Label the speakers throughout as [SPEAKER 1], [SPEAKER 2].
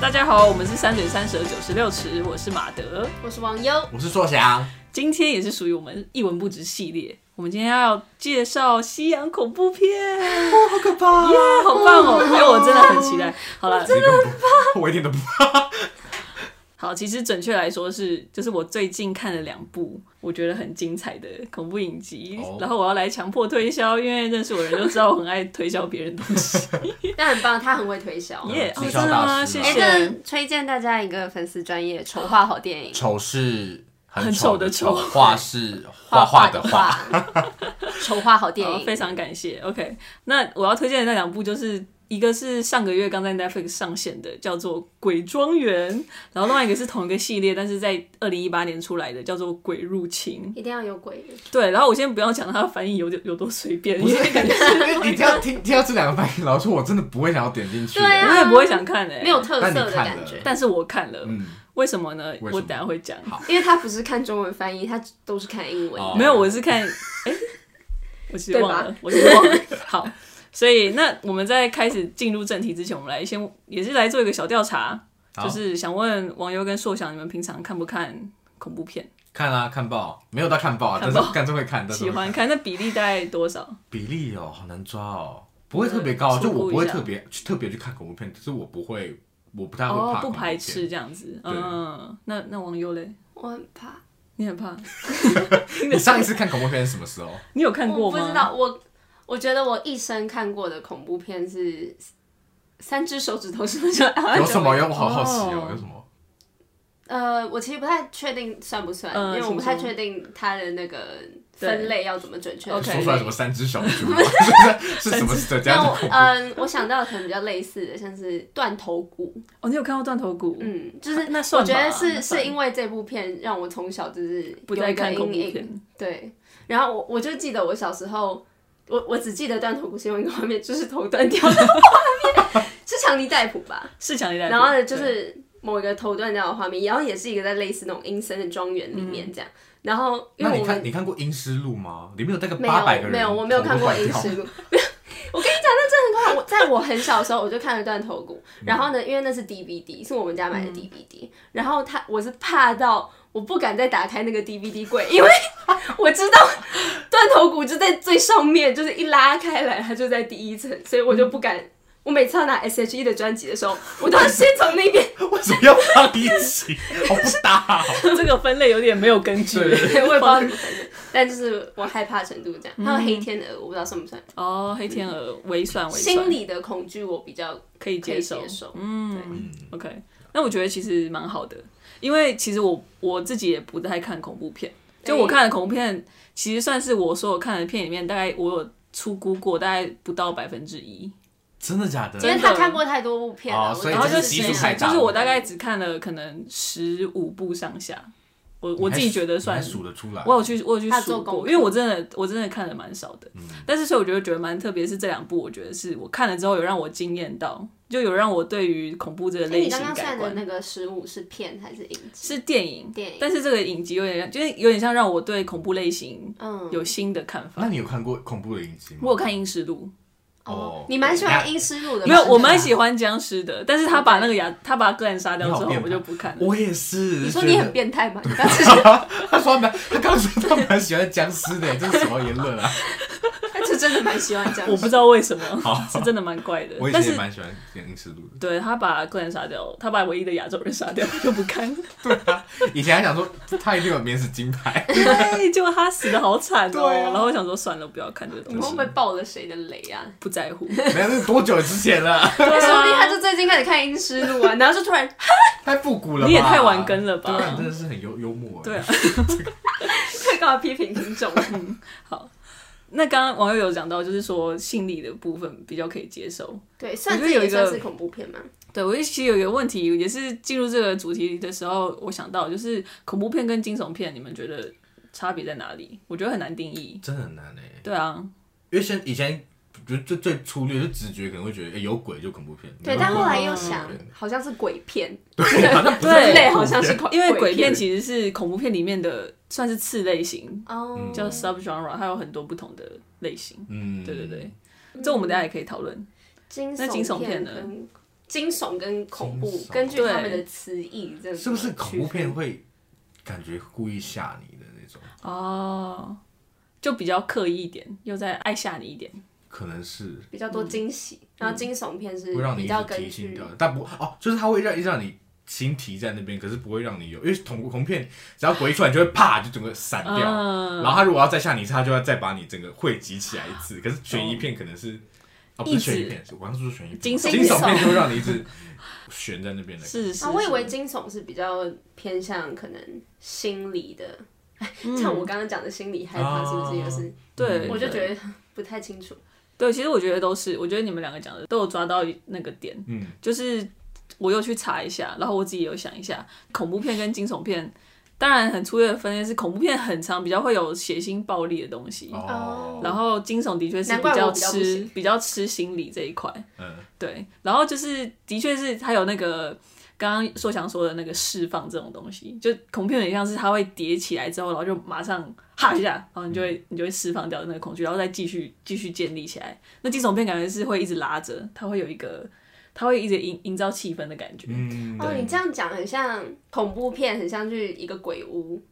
[SPEAKER 1] 大家好，我们是三嘴三舌九十六尺，我是马德，
[SPEAKER 2] 我是王优，
[SPEAKER 3] 我是硕翔，
[SPEAKER 1] 今天也是属于我们一文不值系列。我们今天要介绍西洋恐怖 片，耶、
[SPEAKER 3] 哦好可怕！
[SPEAKER 1] 好棒哦！哎、我真的很期待。好了，
[SPEAKER 3] 真的很怕，我一点都不怕。
[SPEAKER 1] 好，其实准确来说是，就是我最近看了两部我觉得很精彩的恐怖影集，
[SPEAKER 3] 哦
[SPEAKER 1] 然后我要来强迫推销，因为认识我的人都知道我很爱推销别人东西。
[SPEAKER 2] 但很棒，他很会推 销。
[SPEAKER 1] 耶、哦，
[SPEAKER 3] 推
[SPEAKER 1] 真
[SPEAKER 3] 销
[SPEAKER 1] 的
[SPEAKER 3] 大
[SPEAKER 1] 吗？
[SPEAKER 3] 师
[SPEAKER 1] 谢
[SPEAKER 3] 啊
[SPEAKER 2] 哎、
[SPEAKER 1] 谢。
[SPEAKER 2] 真的哎推荐大家一个粉丝专业丑化好电影，
[SPEAKER 3] 丑是
[SPEAKER 1] 很
[SPEAKER 3] 很
[SPEAKER 1] 丑
[SPEAKER 3] 丑
[SPEAKER 1] 的丑
[SPEAKER 3] 丑，画是画画的画。，
[SPEAKER 2] 丑化好电
[SPEAKER 1] 好，
[SPEAKER 2] 影
[SPEAKER 1] 非。常感谢。OK，那我要推荐的那两部就是。一个是上个月刚在 Netflix 上线的，叫做《鬼庄园》，然后另外一个是同一个系列，但是在二零一八年出来的，叫做《鬼入侵
[SPEAKER 2] 一定要有鬼，》。
[SPEAKER 1] 对，然后我先不要讲它的翻译有点有多随便，因为 感觉
[SPEAKER 3] 因为你听到听听到这两个翻译，老实说，我真的不会想要点进去。
[SPEAKER 2] 对啊
[SPEAKER 1] 我也不会想看诶、欸
[SPEAKER 2] 没有特色
[SPEAKER 3] 那
[SPEAKER 2] 的
[SPEAKER 3] 你看
[SPEAKER 2] 感
[SPEAKER 3] 了
[SPEAKER 2] 觉。
[SPEAKER 1] 但是我看了，
[SPEAKER 3] 嗯，
[SPEAKER 1] 为什么呢？
[SPEAKER 3] 么
[SPEAKER 1] 我等下会讲。
[SPEAKER 3] 好
[SPEAKER 2] 因为他不是看中文翻译，他都是看英文。
[SPEAKER 3] 哦
[SPEAKER 1] 没有，我是 看，哎、我其实
[SPEAKER 2] 对
[SPEAKER 1] 忘
[SPEAKER 2] 吧
[SPEAKER 1] 了，我其实忘了。 好，所以那我们在开始进入正题之前，我们来先也是来做一个小调查，
[SPEAKER 3] 好
[SPEAKER 1] 就是想问网友跟硕翔，你们平常看不看恐怖片？
[SPEAKER 3] 看啊，看报没有到看报啊，
[SPEAKER 1] 看
[SPEAKER 3] 但
[SPEAKER 1] 报
[SPEAKER 3] 是但是会看，但是
[SPEAKER 1] 喜
[SPEAKER 3] 会
[SPEAKER 1] 欢看？那比例大概多少？
[SPEAKER 3] 比例哦，好难抓哦，不会特别高，
[SPEAKER 1] 嗯
[SPEAKER 3] 就我不会
[SPEAKER 1] 初步一下
[SPEAKER 3] 特别去特别去看恐怖片，可是我不会，我不太会
[SPEAKER 1] 哦不
[SPEAKER 3] 怕，恐怖
[SPEAKER 1] 排
[SPEAKER 3] 片
[SPEAKER 1] 斥。这样子。
[SPEAKER 3] 对
[SPEAKER 1] 嗯，那那网友嘞？
[SPEAKER 2] 我很怕，
[SPEAKER 1] 你 很怕？
[SPEAKER 3] 你上一次看恐怖片是什么时候？
[SPEAKER 1] 你有看过
[SPEAKER 2] 我
[SPEAKER 1] 吗？
[SPEAKER 2] 不知道，我我觉得我一生看过的恐怖片是《三只手指头是不是》
[SPEAKER 3] 有什么？有我好好奇
[SPEAKER 1] 哦
[SPEAKER 3] 哦，有什么？
[SPEAKER 2] 呃，我其实不太确定算不算，
[SPEAKER 1] 嗯
[SPEAKER 2] 因为我
[SPEAKER 1] 请
[SPEAKER 2] 不太
[SPEAKER 1] 说
[SPEAKER 2] 确定它的那个分类要怎么准确地
[SPEAKER 1] OK
[SPEAKER 3] 说
[SPEAKER 2] 分
[SPEAKER 3] 出来
[SPEAKER 2] 类
[SPEAKER 3] 什么三只小猪吗？是是是什么怎
[SPEAKER 2] 那
[SPEAKER 3] 样的
[SPEAKER 2] 我
[SPEAKER 3] 恐怖？
[SPEAKER 2] 嗯，我想到的可能比较类似的，像是断头骨，
[SPEAKER 1] 哦，你有看过断头谷？
[SPEAKER 2] 嗯，就是
[SPEAKER 1] 啊那
[SPEAKER 2] 我
[SPEAKER 1] 算吧
[SPEAKER 2] 觉得
[SPEAKER 1] 那
[SPEAKER 2] 是
[SPEAKER 1] 算
[SPEAKER 2] 是因为这部片让我从小就是
[SPEAKER 1] 不
[SPEAKER 2] 有
[SPEAKER 1] 再
[SPEAKER 2] 一个
[SPEAKER 1] 看恐
[SPEAKER 2] 阴
[SPEAKER 1] 怖
[SPEAKER 2] 影，
[SPEAKER 1] 片。
[SPEAKER 2] 对。然后我我就记得我小时候，我我只记得断头骨是用一个画面，就是头断掉的画面，是强尼戴普 吧？
[SPEAKER 1] 是强烈代表
[SPEAKER 2] 然后呢，就是某一个头断掉的画面，然后也是一个在类似那种阴森的庄园里
[SPEAKER 1] 嗯
[SPEAKER 2] 面这样。然后因
[SPEAKER 3] 那
[SPEAKER 2] 为
[SPEAKER 3] 你
[SPEAKER 2] 我
[SPEAKER 3] 看
[SPEAKER 2] 们
[SPEAKER 3] 你看过《阴尸路》吗？里面有大概
[SPEAKER 2] 没
[SPEAKER 3] 八百
[SPEAKER 2] 有
[SPEAKER 3] 个人，
[SPEAKER 2] 没有，我没有看过《阴尸路》。我跟你讲，那真的很恐怖。我在我很小的时候，我就看了断头骨，
[SPEAKER 3] 嗯
[SPEAKER 2] 然后呢，因为那是 DVD，是我们家买的 DVD，、然后他我是怕到我不敢再打开那个 DVD 柜，因为我知道断头骨就在最上面，就是一拉开来，它就在第一层，所以我就不敢。
[SPEAKER 3] 嗯
[SPEAKER 2] 我每次要拿 S.H.E 的专辑的时候，我都要先从那 边，
[SPEAKER 3] 为什么要放一起？好不搭哦！
[SPEAKER 1] 这个分类有点没有根据。
[SPEAKER 3] 对
[SPEAKER 2] 我也不知道怎么分的，但就是我害怕程度这样。还有黑天鹅，我不知道算不算，
[SPEAKER 1] 哦，黑天鹅微算微算，
[SPEAKER 2] 心理的恐惧我比较
[SPEAKER 1] 可以
[SPEAKER 2] 可
[SPEAKER 1] 接
[SPEAKER 2] 以
[SPEAKER 1] 受
[SPEAKER 2] 接。受。嗯，
[SPEAKER 1] OK，那我觉得其实蛮好的，因为其实我我自己也不太看恐怖片，就我看的恐怖片，其实算是我所有看的片里面，大概我有出估过，大概不到百分之一。
[SPEAKER 3] 真的假的？
[SPEAKER 2] 因为
[SPEAKER 1] 真的
[SPEAKER 2] 他看过太多部片了，
[SPEAKER 3] 哦
[SPEAKER 2] 我
[SPEAKER 3] 所以
[SPEAKER 1] 然后
[SPEAKER 2] 觉得
[SPEAKER 1] 就
[SPEAKER 3] 这
[SPEAKER 2] 是
[SPEAKER 3] 基
[SPEAKER 2] 这
[SPEAKER 3] 数
[SPEAKER 2] 样
[SPEAKER 3] 太大
[SPEAKER 1] 就是
[SPEAKER 3] 了
[SPEAKER 1] 我大概只看了可能十五部上下，我我自己觉得算
[SPEAKER 3] 你还数得出来。
[SPEAKER 1] 我有去，我有去
[SPEAKER 2] 他
[SPEAKER 1] 数
[SPEAKER 2] 做功
[SPEAKER 1] 过，
[SPEAKER 2] 课
[SPEAKER 1] 因为我真的我真的看的蛮少的。
[SPEAKER 3] 嗯
[SPEAKER 1] 但是所以我觉得觉得蛮特别，是这两部，我觉得是我看了之后有让我惊艳到，就有让我对于恐怖这个
[SPEAKER 2] 哎，
[SPEAKER 1] 类
[SPEAKER 2] 你刚
[SPEAKER 1] 型
[SPEAKER 2] 刚
[SPEAKER 1] 改
[SPEAKER 2] 算的
[SPEAKER 1] 观。
[SPEAKER 2] 那个食物是片还是影集？
[SPEAKER 1] 是电影，
[SPEAKER 2] 电影
[SPEAKER 1] 但是这个影集有点像，就是有点像让我对恐怖类型
[SPEAKER 2] 嗯，
[SPEAKER 1] 有新的看法。
[SPEAKER 3] 那你有看过恐怖的影集吗？
[SPEAKER 1] 我有看《阴尸路
[SPEAKER 2] 哦
[SPEAKER 3] 哦，
[SPEAKER 2] 你蛮喜欢《阴尸路》的吧，
[SPEAKER 1] 没有，我
[SPEAKER 2] 们
[SPEAKER 1] 蛮喜欢僵尸的，但是他把那个牙，他把个人杀掉之后
[SPEAKER 3] 你好，变
[SPEAKER 1] 我
[SPEAKER 3] 态
[SPEAKER 1] 就不看了。
[SPEAKER 3] 我也是。
[SPEAKER 2] 你说
[SPEAKER 3] 觉得
[SPEAKER 2] 你很 变态嘛？你刚才
[SPEAKER 3] 他说他蛮，他刚说他蛮喜欢僵尸的，这是什么言论 啊？
[SPEAKER 2] 他就真的蛮喜欢这样
[SPEAKER 1] 我。不知道为 什么，是真的蛮怪的
[SPEAKER 3] 我。以
[SPEAKER 1] 但
[SPEAKER 3] 前也
[SPEAKER 1] 是
[SPEAKER 3] 蛮喜欢演《阴尸路》的。
[SPEAKER 1] 对他把个人杀掉，他把唯一的亚洲人杀掉，我就不看了。
[SPEAKER 3] 以前还想说他一定有免死金牌，
[SPEAKER 1] 对，结果他死的好惨哦、
[SPEAKER 3] 对啊
[SPEAKER 1] 然后我想说算了，不要看这个东
[SPEAKER 2] 你会不
[SPEAKER 1] 西，
[SPEAKER 2] 会爆了谁的雷啊？
[SPEAKER 1] 不在乎。
[SPEAKER 3] 没有，那是多久之前了？
[SPEAKER 1] 对
[SPEAKER 2] 说不定他
[SPEAKER 1] 啊，
[SPEAKER 2] 就最近开始看《阴尸路》啊，然后就突然
[SPEAKER 3] 太复古了吧？
[SPEAKER 1] 你也太晚更了
[SPEAKER 3] 对啊，
[SPEAKER 1] 吧
[SPEAKER 3] 真？的是很幽幽默。
[SPEAKER 1] 对啊，
[SPEAKER 2] 快干嘛批评听众？啊
[SPEAKER 1] 那刚刚网友有讲到，就是说心理的部分比较可以接受。
[SPEAKER 2] 对，算
[SPEAKER 1] 我
[SPEAKER 2] 这
[SPEAKER 1] 觉得有一
[SPEAKER 2] 也
[SPEAKER 1] 个
[SPEAKER 2] 算是恐怖片嘛？
[SPEAKER 1] 对，我其实有一个问题，也是进入这个主题的时候，我想到就是恐怖片跟惊悚片，你们觉得差别在哪里？我觉得很难定义。
[SPEAKER 3] 真的很难哎。
[SPEAKER 1] 对啊，
[SPEAKER 3] 因为现以前就最最粗略就直觉可能会觉得、欸、有鬼就恐怖片，
[SPEAKER 2] 对，
[SPEAKER 3] 没有
[SPEAKER 2] 但
[SPEAKER 3] 鬼
[SPEAKER 2] 后来又想
[SPEAKER 3] 对，
[SPEAKER 2] 好像是鬼片，
[SPEAKER 3] 对，好像不是
[SPEAKER 1] 嗯对
[SPEAKER 2] 之类好像是
[SPEAKER 1] 因为鬼
[SPEAKER 2] 片
[SPEAKER 1] 片其实是恐怖片里面的算是次类型，
[SPEAKER 2] 哦，
[SPEAKER 1] 叫 subgenre，它有很多不同的类型。
[SPEAKER 3] 嗯，
[SPEAKER 1] 对对对，这我们等一下也可以讨论。
[SPEAKER 2] 惊
[SPEAKER 1] 那惊悚片呢
[SPEAKER 2] 跟惊悚跟恐怖
[SPEAKER 3] 惊悚，
[SPEAKER 2] 根据他们
[SPEAKER 1] 对
[SPEAKER 2] 的词义，这
[SPEAKER 3] 是不是恐怖
[SPEAKER 2] 区
[SPEAKER 3] 片
[SPEAKER 2] 分？
[SPEAKER 3] 会感觉故意吓你的那种？
[SPEAKER 1] 哦，就比较刻意一点，又再爱吓你一点。
[SPEAKER 3] 可能是
[SPEAKER 2] 比较多惊喜，然后惊悚片是
[SPEAKER 3] 嗯会让你
[SPEAKER 2] 比
[SPEAKER 3] 一
[SPEAKER 2] 较
[SPEAKER 3] 直
[SPEAKER 2] 根
[SPEAKER 3] 提心
[SPEAKER 2] 据
[SPEAKER 3] 吊胆，但不哦，就是它会让一直让你心提在那边，可是不会让你有，因为恐恐怖片只要鬼一出来就会啪就整个散掉，
[SPEAKER 1] 嗯
[SPEAKER 3] 然后他如果要再吓你一次，他就要再把你整个汇集起来一次。可是悬疑片可能是。哦，不
[SPEAKER 1] 一
[SPEAKER 3] 是
[SPEAKER 1] 直
[SPEAKER 3] 悬疑片，我刚刚说悬疑片，
[SPEAKER 1] 惊
[SPEAKER 3] 惊
[SPEAKER 1] 悚
[SPEAKER 3] 悚片就会让你一直悬在那边的。
[SPEAKER 1] 是是
[SPEAKER 2] 啊，我以为
[SPEAKER 1] 是
[SPEAKER 2] 惊悚是比较偏向可能心理的，哎像我刚刚讲的心理害怕，是不是也
[SPEAKER 3] 啊
[SPEAKER 2] 是？
[SPEAKER 1] 嗯对，
[SPEAKER 2] 我就
[SPEAKER 1] 得
[SPEAKER 2] 觉得不太清楚。
[SPEAKER 1] 对，其实我觉得都是，我觉得你们两个讲的都有抓到那个点，
[SPEAKER 3] 嗯，
[SPEAKER 1] 就是我又去查一下，然后我自己有想一下，恐怖片跟惊悚片。当然，很粗略的分类是恐怖片很长，比较会有血腥暴力的东西，
[SPEAKER 3] 哦，
[SPEAKER 1] 然后惊悚的确是
[SPEAKER 2] 难
[SPEAKER 1] 比
[SPEAKER 2] 怪
[SPEAKER 1] 较
[SPEAKER 2] 我比较不
[SPEAKER 1] 吃
[SPEAKER 2] 行
[SPEAKER 1] 比较吃心理这一块。
[SPEAKER 3] 嗯，
[SPEAKER 1] 对，然后就是的确是它有那个刚刚硕强说的那个释放这种东西，就恐怖片很像是它会叠起来之后，然后就马上哈一下，然后你就会你就会释放掉那个恐惧，然后再继续继续建立起来。那惊悚片感觉是会一直拉着，它会有一个它会一直营营造气氛的感觉。
[SPEAKER 3] 嗯，
[SPEAKER 2] 哦，你这样讲很像恐怖片，很像去一个鬼屋，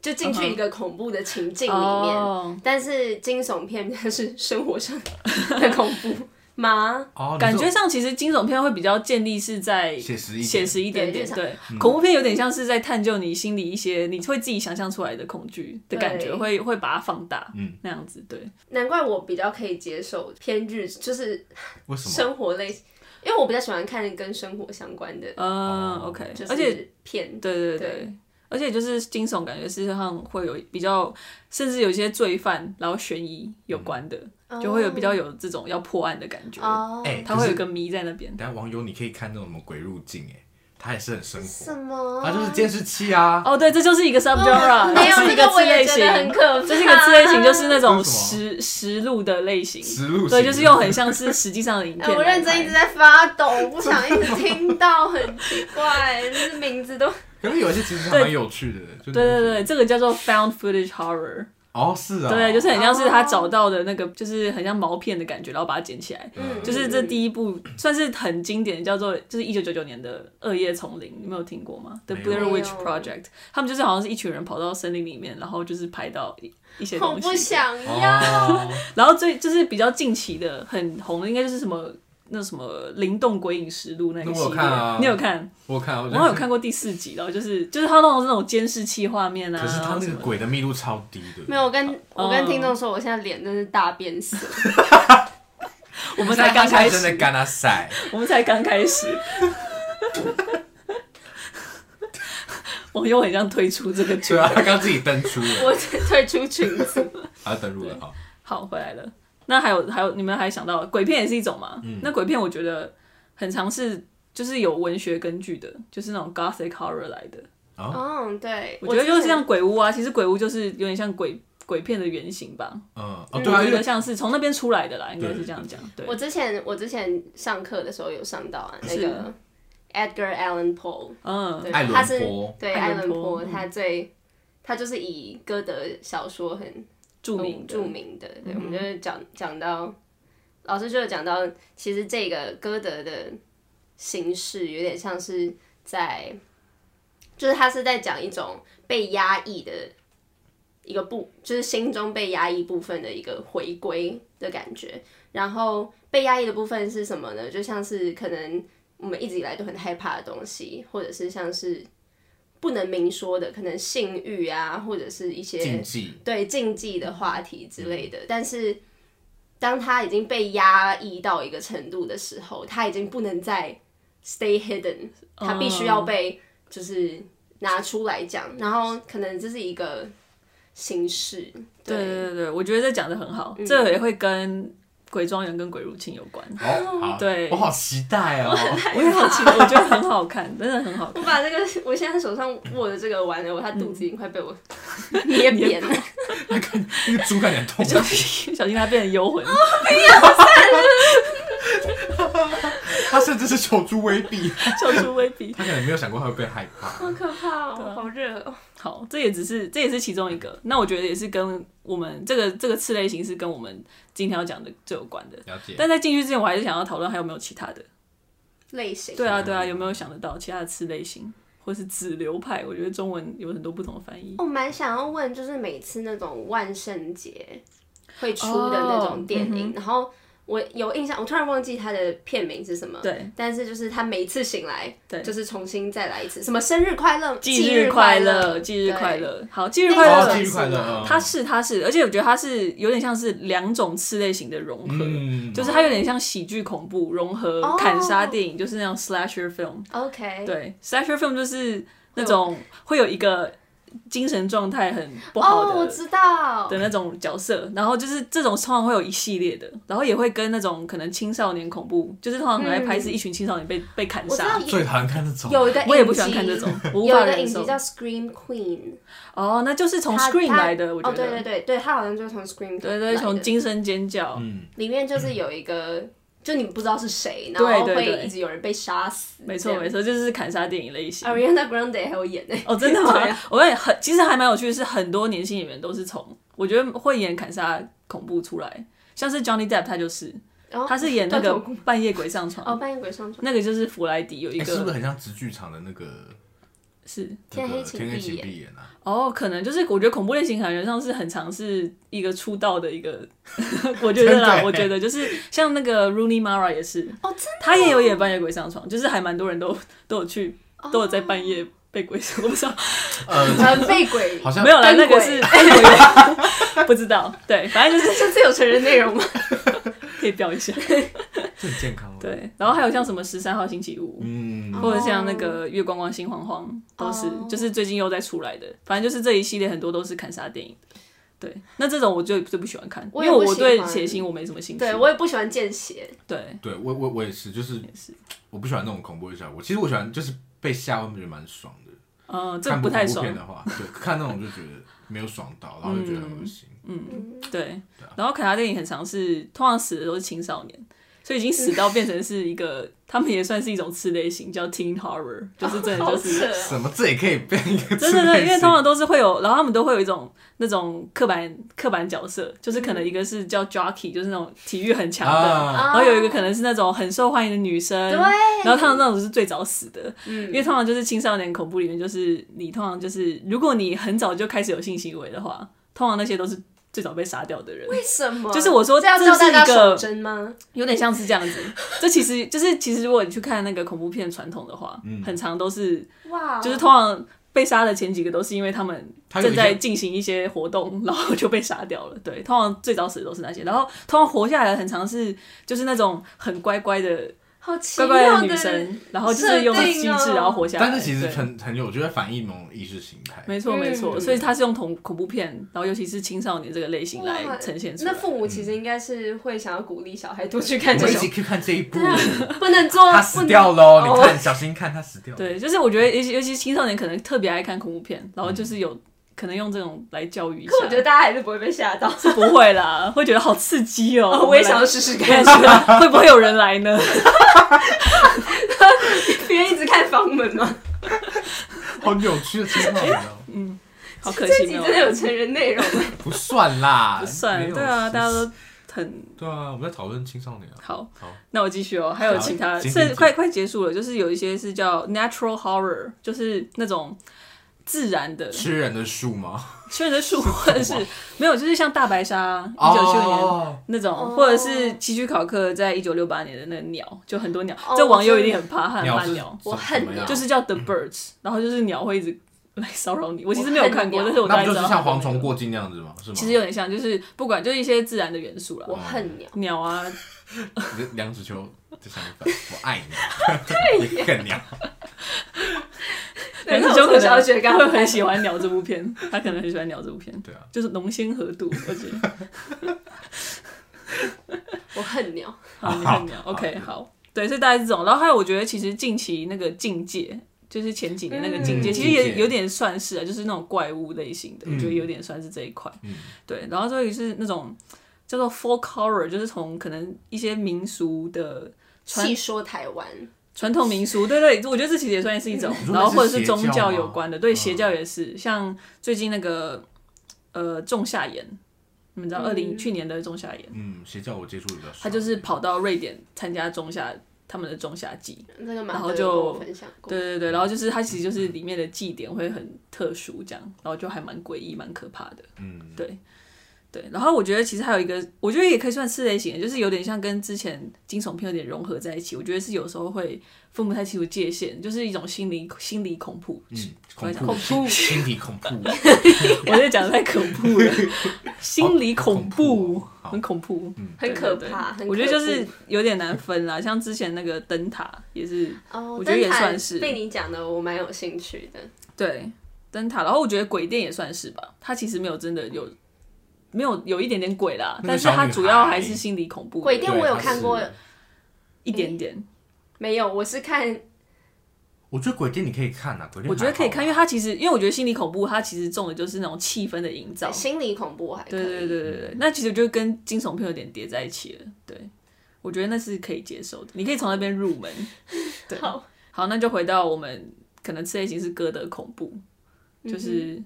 [SPEAKER 2] 就进去一个恐怖的情境里面。
[SPEAKER 1] 嗯哦
[SPEAKER 2] 但是惊悚片它是生活上的恐怖吗？
[SPEAKER 3] 哦，
[SPEAKER 1] 感
[SPEAKER 3] 你
[SPEAKER 1] 觉
[SPEAKER 3] 说
[SPEAKER 1] 上其实惊悚片会比较建立是在
[SPEAKER 3] 写实一点嗯
[SPEAKER 1] 写实一点点，
[SPEAKER 2] 对
[SPEAKER 1] 对，恐怖片有点像是在探究你心里一些你会自己想象出来的恐惧的感觉，
[SPEAKER 2] 对
[SPEAKER 1] 会会把它放大，
[SPEAKER 3] 嗯，
[SPEAKER 1] 那样子，对，
[SPEAKER 2] 难怪我比较可以接受偏日，就是
[SPEAKER 3] 为什么？
[SPEAKER 2] 生活类，因为我比较喜欢看跟生活相关的，
[SPEAKER 1] 嗯
[SPEAKER 3] 哦
[SPEAKER 1] ，OK，
[SPEAKER 2] 就
[SPEAKER 1] 而且
[SPEAKER 2] 是片。
[SPEAKER 1] 对对对，
[SPEAKER 2] 对
[SPEAKER 1] 而且就是惊悚，感觉事实上会有比较，甚至有一些罪犯，然后悬疑有
[SPEAKER 3] 嗯
[SPEAKER 1] 关的，就会有比较有这种要破案的感觉，
[SPEAKER 2] 哦，
[SPEAKER 3] 哎，
[SPEAKER 1] 它
[SPEAKER 3] 可
[SPEAKER 1] 会
[SPEAKER 3] 是
[SPEAKER 1] 有一个谜在那边。
[SPEAKER 3] 等下网友你可以看那种什么鬼入境，哎，它也是很生
[SPEAKER 2] 什
[SPEAKER 3] 活，
[SPEAKER 2] 么？
[SPEAKER 3] 它就是监视器啊，
[SPEAKER 1] 哦，对，这就是一个 subgenre，、
[SPEAKER 2] 没有
[SPEAKER 1] 这是一
[SPEAKER 2] 这个
[SPEAKER 1] 次
[SPEAKER 2] 我
[SPEAKER 1] 类
[SPEAKER 2] 也觉
[SPEAKER 1] 型
[SPEAKER 2] 得，很可怕。
[SPEAKER 1] 这是一个次类型，就是那种
[SPEAKER 3] 这是
[SPEAKER 1] 实
[SPEAKER 3] 什
[SPEAKER 1] 实录的类型，
[SPEAKER 3] 实录
[SPEAKER 1] 对，
[SPEAKER 3] 型
[SPEAKER 1] 就是用很像是实际上的影
[SPEAKER 2] 哎、
[SPEAKER 1] 片来拍。
[SPEAKER 2] 我认真一直在发抖，我不想一直听到，很奇怪，就是名 字都
[SPEAKER 3] 可是有一些其实还蛮有趣的，对
[SPEAKER 1] 对对对，，这个叫做 found footage horror，
[SPEAKER 3] 哦是啊，
[SPEAKER 1] 对，就是很像是
[SPEAKER 2] 哦
[SPEAKER 1] 他找到的那个，就是很像毛片的感觉，然后把它捡起来。
[SPEAKER 3] 嗯
[SPEAKER 1] 就是这第一部算是很经典，叫做就是一九九九年的《恶夜丛林》，你们有听过吗？The
[SPEAKER 3] 没有
[SPEAKER 1] Blair Witch
[SPEAKER 2] 没有
[SPEAKER 1] Project，他们就是好像是一群人跑到森林里面，然后就是拍到一一些
[SPEAKER 2] 我
[SPEAKER 1] 东
[SPEAKER 2] 不
[SPEAKER 1] 西。
[SPEAKER 2] 想要。
[SPEAKER 3] 哦，
[SPEAKER 1] 然后最就是比较近期的很红的，应该就是什么那什么《灵动鬼影实录》那个
[SPEAKER 3] 那
[SPEAKER 1] 系
[SPEAKER 3] 我有
[SPEAKER 1] 列，
[SPEAKER 3] 看啊
[SPEAKER 1] 你有看？
[SPEAKER 3] 我看我
[SPEAKER 1] 我好像有看过啊第四集，然后就是就是他弄的那种监视器画面啊，
[SPEAKER 3] 可是
[SPEAKER 1] 然
[SPEAKER 3] 他那个
[SPEAKER 1] 后什么
[SPEAKER 3] 鬼的密度超低的，
[SPEAKER 2] 没有，我跟我
[SPEAKER 1] 哦
[SPEAKER 2] 跟听众说，我现在脸真是大变色。
[SPEAKER 1] 我们才刚开始，
[SPEAKER 3] 真的干他塞，
[SPEAKER 1] 我们才刚开始。 我又很像退出这个剧
[SPEAKER 3] 对啊，他刚自己登出
[SPEAKER 2] 我
[SPEAKER 3] 了，
[SPEAKER 2] 退出群 组。
[SPEAKER 3] 他登入了好，
[SPEAKER 1] 好，回来了。那还有还有，你们还想到鬼片也是一种嘛？
[SPEAKER 3] 嗯
[SPEAKER 1] 那鬼片我觉得很尝试，就是有文学根据的，就是那种 gothic horror 来的。
[SPEAKER 2] 嗯，对，
[SPEAKER 1] 哦我觉得就是
[SPEAKER 2] 之前
[SPEAKER 1] 像鬼屋啊，其实鬼屋就是有点像鬼鬼片的原型吧。
[SPEAKER 3] 嗯，哦
[SPEAKER 1] 我
[SPEAKER 3] 对啊，
[SPEAKER 1] 觉
[SPEAKER 3] 因
[SPEAKER 1] 得
[SPEAKER 3] 为
[SPEAKER 1] 像是从那边出来的啦，应该
[SPEAKER 3] 对
[SPEAKER 1] 是这样讲。对，
[SPEAKER 2] 我之前我之前上课的时候有上到啊，那
[SPEAKER 1] 是
[SPEAKER 2] 个 Edgar Allan Poe，
[SPEAKER 1] 嗯，
[SPEAKER 2] 对，
[SPEAKER 3] 艾伦
[SPEAKER 2] 他是
[SPEAKER 3] 坡
[SPEAKER 2] 对
[SPEAKER 1] 艾
[SPEAKER 2] 艾
[SPEAKER 1] 伦
[SPEAKER 2] 伦
[SPEAKER 1] 坡
[SPEAKER 2] 坡，他最他就是以歌德小说很
[SPEAKER 1] 著名的嗯
[SPEAKER 2] 哦著名的，对，我们就是讲讲到老师就有讲到，其实这个歌德的形式有点像是在，就是他是在讲一种被压抑的一个部，就是心中被压抑部分的一个回归的感觉。然后被压抑的部分是什么呢？就像是可能我们一直以来都很害怕的东西，或者是像是不能明说的，可能性欲啊，或者是一些
[SPEAKER 3] 禁忌，
[SPEAKER 2] 对禁忌的话题之类的，但是当他已经被压抑到一个程度的时候，他已经不能再 stay hidden，他
[SPEAKER 1] 嗯
[SPEAKER 2] 必须要被就是拿出来讲，然后可能这是一个形式，
[SPEAKER 1] 对
[SPEAKER 2] 对，
[SPEAKER 1] 对对对，我觉得这讲的很好，
[SPEAKER 2] 嗯
[SPEAKER 1] 这也会跟鬼庄园跟鬼入侵有关。
[SPEAKER 3] 哦好，
[SPEAKER 1] 对
[SPEAKER 3] 我好期 待哦，
[SPEAKER 1] 我也好奇，我觉得很好看，真的很 好看。
[SPEAKER 2] 我把这个我现在手上握的这个玩的，我他肚子已经快被我 捏扁了。
[SPEAKER 3] 那个猪感觉很痛，
[SPEAKER 1] 小心 小心它变成幽 魂。
[SPEAKER 3] 他甚至是求助威逼，
[SPEAKER 1] 求助威逼。
[SPEAKER 3] 他可能没有想过他会被害怕，
[SPEAKER 2] 好可怕哦，好热哦！
[SPEAKER 1] 好，这也只是这也是其中一个。那我觉得也是跟我们这个这个次类型是跟我们今天要讲的最有关的。
[SPEAKER 3] 了解，
[SPEAKER 1] 但在进去之前，我还是想要讨论还有没有其他的。
[SPEAKER 2] 类型。
[SPEAKER 1] 对啊，对啊，有没有想得到其他的次类型，或是子流派？我觉得中文有很多不同的翻译。
[SPEAKER 2] 我蛮想要问，就是每次那种万圣节会出的
[SPEAKER 1] 哦
[SPEAKER 2] 那
[SPEAKER 1] 嗯
[SPEAKER 2] 种电影，然后我有印象，我突然忘记它的片名是什么。
[SPEAKER 1] 对，
[SPEAKER 2] 但是就是他每一次醒来，
[SPEAKER 1] 对
[SPEAKER 2] 就是重新再来一次，什么生日快乐、
[SPEAKER 1] 忌
[SPEAKER 2] 日
[SPEAKER 1] 日快
[SPEAKER 2] 乐、
[SPEAKER 1] 乐，忌日快
[SPEAKER 2] 对。
[SPEAKER 1] 乐，好，忌日快
[SPEAKER 3] 哦，
[SPEAKER 1] 乐
[SPEAKER 3] 忌。日快乐啊！
[SPEAKER 1] 它是它是，而且我觉得它是有点像是两种次类型的融合，
[SPEAKER 3] 嗯
[SPEAKER 1] 就是它有点像喜剧恐怖融合
[SPEAKER 2] 哦
[SPEAKER 1] 砍杀电影，就是那种 slasher film。
[SPEAKER 2] OK，
[SPEAKER 1] 对，slasher film 就是那种会有一个精神状态很不好
[SPEAKER 2] 哦，我
[SPEAKER 1] 的。
[SPEAKER 2] 知道，
[SPEAKER 1] 的那种角色，然后就是这种通常会有一系列的，然后也会跟那种可能青少年恐怖，就是通常很爱拍是一群青少年被、被砍
[SPEAKER 2] 嗯我知
[SPEAKER 1] 杀
[SPEAKER 2] 道，
[SPEAKER 3] 最讨厌看这种，
[SPEAKER 2] 有一个，
[SPEAKER 1] 我也不喜欢看这种，我无
[SPEAKER 2] 有
[SPEAKER 1] 法
[SPEAKER 2] 一个
[SPEAKER 1] 忍
[SPEAKER 2] 影
[SPEAKER 1] 受
[SPEAKER 2] 集。叫《Scream Queen》，
[SPEAKER 1] 哦，那就是从
[SPEAKER 2] 它
[SPEAKER 1] Scream
[SPEAKER 2] 它
[SPEAKER 1] 来的，我觉
[SPEAKER 2] 哦，对
[SPEAKER 1] 得，
[SPEAKER 2] 对对对，它好像就是从 Scream
[SPEAKER 1] 对
[SPEAKER 2] 来
[SPEAKER 1] 对，
[SPEAKER 2] 的
[SPEAKER 1] 从惊声尖叫，
[SPEAKER 3] 嗯，
[SPEAKER 2] 里面就是有一个，就你不知道是谁，
[SPEAKER 1] 嗯
[SPEAKER 2] 然
[SPEAKER 1] 对
[SPEAKER 2] 后
[SPEAKER 1] 对
[SPEAKER 2] 会
[SPEAKER 1] 对
[SPEAKER 2] 一直有人被杀死。
[SPEAKER 1] 没错没
[SPEAKER 2] 错
[SPEAKER 1] 错，就是砍杀电影类型。
[SPEAKER 2] ，Ariana Grande 还 有演呢。
[SPEAKER 1] 哦，真的吗
[SPEAKER 2] 啊对啊？
[SPEAKER 1] 我也很，其实还蛮有趣的是，很多年轻演员都是从我觉得会演砍杀恐怖出来，像是 Johnny Depp 他就是，
[SPEAKER 2] 然后
[SPEAKER 1] 他是 演那
[SPEAKER 2] 哦断
[SPEAKER 1] 个
[SPEAKER 2] 头
[SPEAKER 1] 半夜鬼上床，
[SPEAKER 2] 哦，半夜鬼上床，
[SPEAKER 1] 那个就是弗莱迪有一
[SPEAKER 3] 哎
[SPEAKER 1] 个
[SPEAKER 3] 是不是很像直剧场的那个
[SPEAKER 1] 是
[SPEAKER 3] 那
[SPEAKER 2] 天
[SPEAKER 3] 个
[SPEAKER 2] 黑
[SPEAKER 3] 天
[SPEAKER 2] 请
[SPEAKER 3] 黑
[SPEAKER 2] 闭
[SPEAKER 3] 请
[SPEAKER 2] 眼
[SPEAKER 3] 闭眼啊？
[SPEAKER 1] 哦，可能就是我觉得恐怖类型感觉上是很常是一个出道的一个，我觉得
[SPEAKER 3] 真的
[SPEAKER 1] 啦，
[SPEAKER 3] 欸
[SPEAKER 1] 我觉得就是像那个 Rooney Mara 也是，
[SPEAKER 2] 哦，真
[SPEAKER 1] 他也有演半夜鬼上床，就是还蛮多人都都有去，都有在半夜被鬼上，我不知道，
[SPEAKER 3] 呃，
[SPEAKER 2] 的被鬼，
[SPEAKER 3] 好像
[SPEAKER 1] 没有啦，
[SPEAKER 2] 跟
[SPEAKER 1] 那个
[SPEAKER 2] 鬼
[SPEAKER 1] 是哎我也 不知道，对，反正就是
[SPEAKER 2] 这次有成人内容吗？
[SPEAKER 1] 可以标一下，
[SPEAKER 3] 这很健康哦。，
[SPEAKER 1] 对，然后还有像什么十三号星期五。
[SPEAKER 3] 嗯，
[SPEAKER 1] 或者像那个月光光心慌慌，都是、
[SPEAKER 2] 哦
[SPEAKER 1] 就是最近又在出来的，反正就是这一系列很多都是砍杀电影的。对，那这种我就最不喜欢看，
[SPEAKER 2] 我
[SPEAKER 1] 因
[SPEAKER 2] 也
[SPEAKER 1] 为
[SPEAKER 2] 不
[SPEAKER 1] 我
[SPEAKER 2] 喜
[SPEAKER 1] 对
[SPEAKER 2] 欢
[SPEAKER 1] 血腥我没什么兴趣。
[SPEAKER 2] 对我也不喜欢见血，
[SPEAKER 1] 对
[SPEAKER 3] 对我我我也是，就是我不喜欢那种恐怖的效果。其实我喜欢就是被吓，我觉得蛮爽的。
[SPEAKER 1] 嗯，这
[SPEAKER 3] 看
[SPEAKER 1] 不太
[SPEAKER 3] 恐怖
[SPEAKER 1] 爽
[SPEAKER 3] 片。啊的话，对，看那种就觉得没有爽到，然后就觉得很恶心。
[SPEAKER 1] 嗯，对。
[SPEAKER 3] 啊
[SPEAKER 1] 然后砍杀电影很常是，通常死的都是青少年，所以已经死到变成是一个，他们也算是一种次类型，叫 teen horror，就是真的
[SPEAKER 2] 好
[SPEAKER 1] 就
[SPEAKER 2] 扯
[SPEAKER 1] 是。
[SPEAKER 2] 哦。
[SPEAKER 3] 什么这也可以变一个
[SPEAKER 1] 真的
[SPEAKER 3] 自
[SPEAKER 1] 对，
[SPEAKER 3] 卑
[SPEAKER 1] 因为
[SPEAKER 3] 心
[SPEAKER 1] 通常都是会有，然后他们都会有一种那种刻板刻板角色，就是可
[SPEAKER 2] 嗯
[SPEAKER 1] 能一个是叫 jockey，就是那种体育很强的，
[SPEAKER 3] 啊，
[SPEAKER 1] 然后有一个可能是那种很受欢迎的女生，
[SPEAKER 2] 哦对
[SPEAKER 1] 然后他们那种是最早死的，
[SPEAKER 2] 嗯
[SPEAKER 1] 因为通常就是青少年恐怖里面，就是你通常就是如果你很早就开始有性行为的话，通常那些都是最早被杀掉的人，
[SPEAKER 2] 为什么？
[SPEAKER 1] 就是我说
[SPEAKER 2] 这要
[SPEAKER 1] 这
[SPEAKER 2] 教
[SPEAKER 1] 是
[SPEAKER 2] 大家
[SPEAKER 1] 一个
[SPEAKER 2] 守贞吗？
[SPEAKER 1] 有点像是这样子。这其实就是其实如果你去看那个恐怖片传统的话，很长都是
[SPEAKER 2] 哇，
[SPEAKER 1] 就是通常。被杀的前几个都是因为他们
[SPEAKER 3] 他有
[SPEAKER 1] 正
[SPEAKER 3] 一些
[SPEAKER 1] 在进行一些活动，然后就被杀掉了。对，通常最早死的都是那些，然后通常活下来的很常是就是那种很乖乖的
[SPEAKER 2] 好奇
[SPEAKER 1] 乖
[SPEAKER 2] 妙
[SPEAKER 1] 乖的
[SPEAKER 2] 的
[SPEAKER 1] 女生，然后就是用机
[SPEAKER 2] 啊
[SPEAKER 1] 智，
[SPEAKER 2] 设定哦
[SPEAKER 1] 然后活下来。
[SPEAKER 3] 但是其实
[SPEAKER 1] 对
[SPEAKER 3] 很很有，我觉得反映某种意识形态。
[SPEAKER 1] 没错
[SPEAKER 2] 嗯
[SPEAKER 1] 没错，所以它是用恐恐怖片，然后尤其是青少年这个类型来
[SPEAKER 2] 哇
[SPEAKER 1] 呈现出来
[SPEAKER 2] 那。父母其实应该是会想要鼓励小孩多去看
[SPEAKER 3] 我
[SPEAKER 2] 这
[SPEAKER 3] 们一
[SPEAKER 2] 种
[SPEAKER 3] 起，去看这一部，
[SPEAKER 1] 啊
[SPEAKER 2] 不能做，
[SPEAKER 3] 他
[SPEAKER 2] 不
[SPEAKER 3] 死
[SPEAKER 2] 能
[SPEAKER 3] 掉喽！你
[SPEAKER 2] 哦
[SPEAKER 3] 看，小心看，他死掉。，
[SPEAKER 1] 对，就是我觉得尤其尤其青少年可能特别爱看恐怖片，然后就是有可能用这种来教育一下。
[SPEAKER 2] 可我觉得大家还是不会被吓到。
[SPEAKER 1] 是 不会啦，会觉得好刺激哦、
[SPEAKER 2] 哦，我也想要试试看
[SPEAKER 1] 看，看啊会不会有人来呢？
[SPEAKER 2] 别人一直看房门吗？
[SPEAKER 3] 好扭曲的情况哦，
[SPEAKER 1] 好 可
[SPEAKER 2] 这
[SPEAKER 1] 惜哦
[SPEAKER 2] 集
[SPEAKER 1] 没有
[SPEAKER 2] 真的有成人 内容吗？
[SPEAKER 3] 不算啦，
[SPEAKER 1] 不算
[SPEAKER 3] 没，有
[SPEAKER 1] 对啊，
[SPEAKER 3] 是
[SPEAKER 1] 大家都很
[SPEAKER 3] 对啊，我们在讨论青少年啊。
[SPEAKER 1] 好。
[SPEAKER 3] 好
[SPEAKER 1] 那我继续哦，还有其他，
[SPEAKER 3] 好请
[SPEAKER 1] 是
[SPEAKER 3] 请
[SPEAKER 1] 快快结束了，就是有一些是叫 natural horror，就是那种自然的，
[SPEAKER 3] 吃人的树吗？
[SPEAKER 1] 确实树或者是没有，就是像大白鲨一九七五年。
[SPEAKER 3] 哦，
[SPEAKER 1] 那种，
[SPEAKER 2] 哦
[SPEAKER 1] 或者是崎岖考克在一九六八年的那个鸟，就很多鸟，
[SPEAKER 2] 哦
[SPEAKER 1] 这网友一定很怕，他很怕
[SPEAKER 3] 是啊
[SPEAKER 1] 鸟，
[SPEAKER 2] 我恨
[SPEAKER 3] 鸟
[SPEAKER 2] 鸟
[SPEAKER 1] 就是叫 the birds，然后就是鸟会一直来骚扰你。我其实没有看过，
[SPEAKER 2] 我
[SPEAKER 1] 但
[SPEAKER 2] 恨鸟
[SPEAKER 1] 是我大
[SPEAKER 3] 那
[SPEAKER 1] 概
[SPEAKER 3] 不
[SPEAKER 1] 知
[SPEAKER 3] 就
[SPEAKER 1] 道
[SPEAKER 3] 是
[SPEAKER 1] 它的
[SPEAKER 3] 像蝗虫
[SPEAKER 1] 那个，
[SPEAKER 3] 过境那样子吗？是吗？
[SPEAKER 1] 其实有点像，就是不管就是一些自然的元素啦
[SPEAKER 2] 我，恨 鸟。
[SPEAKER 1] 鸟啊，
[SPEAKER 3] 你的梁子秋的想法，我爱 你，对，更娘。
[SPEAKER 1] 但是
[SPEAKER 2] 那
[SPEAKER 1] 就
[SPEAKER 2] 我
[SPEAKER 1] 可
[SPEAKER 2] 从小
[SPEAKER 1] 能
[SPEAKER 2] 学刚
[SPEAKER 1] 会很喜欢鸟这部片，他可能很喜欢鸟这部片，
[SPEAKER 3] 对啊，
[SPEAKER 1] 就是浓鲜合度，我觉 得。
[SPEAKER 2] 我恨鸟。
[SPEAKER 1] 好，你看鸟，OK，好，对，所以大概是这种。然后还有，我觉得其实近期那个境界，就是前几年那个境界，
[SPEAKER 3] 嗯
[SPEAKER 1] 其实也
[SPEAKER 3] 境界
[SPEAKER 1] 有点算是啊，就是那种怪物类型的，
[SPEAKER 3] 嗯
[SPEAKER 1] 我觉得有点算是这一块。
[SPEAKER 3] 嗯
[SPEAKER 1] 对，然后这里是那种叫做 folk horror，就是从可能一些民俗的。传
[SPEAKER 2] 细说台湾，
[SPEAKER 1] 传统民俗，对对，我觉得这其实也算是一种
[SPEAKER 3] 嗯你，说
[SPEAKER 1] 然后或者是
[SPEAKER 3] 那是邪
[SPEAKER 1] 宗
[SPEAKER 3] 教
[SPEAKER 1] 教
[SPEAKER 3] 吗
[SPEAKER 1] 有关的，对，
[SPEAKER 3] 嗯
[SPEAKER 1] 邪教也是，像最近那个呃仲夏夜，你们知道
[SPEAKER 2] 嗯
[SPEAKER 1] 二零去年的仲夏夜，
[SPEAKER 3] 嗯，邪教我接触的比较少。
[SPEAKER 1] 他就是跑到瑞典参加仲夏他们的仲夏季。
[SPEAKER 2] 那个马
[SPEAKER 1] 然后
[SPEAKER 2] 德有
[SPEAKER 1] 就
[SPEAKER 2] 跟我分享过，
[SPEAKER 1] 对对对，然后就是它其实就是里面的祭典会很特殊这样，然后就还蛮诡异、蛮可怕的。
[SPEAKER 3] 嗯，
[SPEAKER 1] 对对，然后我觉得其实还有一个，我觉得也可以算四类型，就是有点像跟之前惊悚片有点融合在一起。我觉得是有时候会分不太清楚界限，就是一种心理心理恐怖。
[SPEAKER 3] 嗯，
[SPEAKER 1] 我
[SPEAKER 3] 恐
[SPEAKER 1] 在讲
[SPEAKER 3] 怖，心心 理恐怖，
[SPEAKER 1] 我在讲得太恐怖 了，心理恐怖，
[SPEAKER 3] 好嗯
[SPEAKER 1] 很恐怖。
[SPEAKER 2] 很
[SPEAKER 1] 对
[SPEAKER 2] 可
[SPEAKER 1] 对
[SPEAKER 2] 怕。很
[SPEAKER 1] 我觉得
[SPEAKER 2] 可
[SPEAKER 1] 就是
[SPEAKER 2] 怖
[SPEAKER 1] 有点难分啦，像之前那个灯塔也是
[SPEAKER 2] 哦，
[SPEAKER 1] 我觉得也
[SPEAKER 2] 灯塔
[SPEAKER 1] 算是
[SPEAKER 2] 被你讲的，我蛮有兴趣的。
[SPEAKER 1] 对灯塔，然后我觉得鬼店也算是吧，它其实没有真的有没有有一点点鬼啦，
[SPEAKER 3] 那个
[SPEAKER 1] 但是
[SPEAKER 3] 小女
[SPEAKER 1] 它主要
[SPEAKER 3] 孩
[SPEAKER 1] 还是心理恐怖的，
[SPEAKER 2] 鬼店嗯
[SPEAKER 3] 对
[SPEAKER 2] 我有
[SPEAKER 3] 它
[SPEAKER 2] 看
[SPEAKER 3] 是
[SPEAKER 2] 过
[SPEAKER 1] 一点点。
[SPEAKER 2] 没有，我是看
[SPEAKER 3] 我觉得鬼店你可以看啊，鬼店
[SPEAKER 1] 我觉得可以看，因为
[SPEAKER 3] 为
[SPEAKER 1] 它其实，因为我觉得心理恐怖，它其实重的就是那种气氛的营造。
[SPEAKER 2] 心理恐怖还可
[SPEAKER 1] 对
[SPEAKER 2] 以。
[SPEAKER 1] 对对对对，那其实就跟惊悚片有点叠在一起了。对，我觉得那是可以接受的，你可以从那边入门。对，
[SPEAKER 2] 好，
[SPEAKER 1] 好，那就回到我们可能这类型是歌德恐怖，
[SPEAKER 2] 嗯
[SPEAKER 1] 就是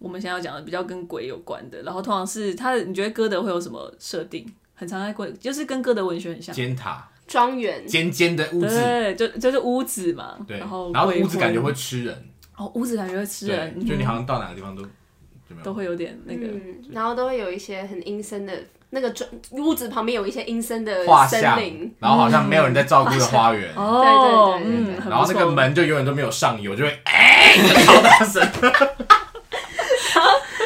[SPEAKER 1] 我们现在要讲的比较跟鬼有关的。然后通常是他，你觉得歌德会有什么设定？很常在鬼，就是跟歌德文学很像。
[SPEAKER 3] 尖塔
[SPEAKER 2] 嗯庄园
[SPEAKER 3] 尖尖的屋子，
[SPEAKER 1] 对，就就是屋子嘛，
[SPEAKER 3] 对，
[SPEAKER 1] 然后
[SPEAKER 3] 然后
[SPEAKER 1] 鬼
[SPEAKER 3] 屋子感觉
[SPEAKER 1] 魂
[SPEAKER 3] 会吃人，
[SPEAKER 1] 哦，屋子感觉会吃人，
[SPEAKER 3] 对，就你
[SPEAKER 1] 嗯
[SPEAKER 3] 好像到哪个地方都怎么
[SPEAKER 1] 都
[SPEAKER 3] 样，
[SPEAKER 1] 会有点那个。
[SPEAKER 2] 嗯，然后都会有一些很阴森的，那个庄屋子旁边有一些阴森的
[SPEAKER 3] 画
[SPEAKER 2] 森
[SPEAKER 3] 像
[SPEAKER 2] 林，，
[SPEAKER 3] 然后好像没有人在照顾的花园，
[SPEAKER 1] 嗯哦，
[SPEAKER 2] 对对对对对
[SPEAKER 1] 嗯，
[SPEAKER 3] 然后那个
[SPEAKER 1] 很
[SPEAKER 3] 门就永远都没有上油，就会哎，超大声，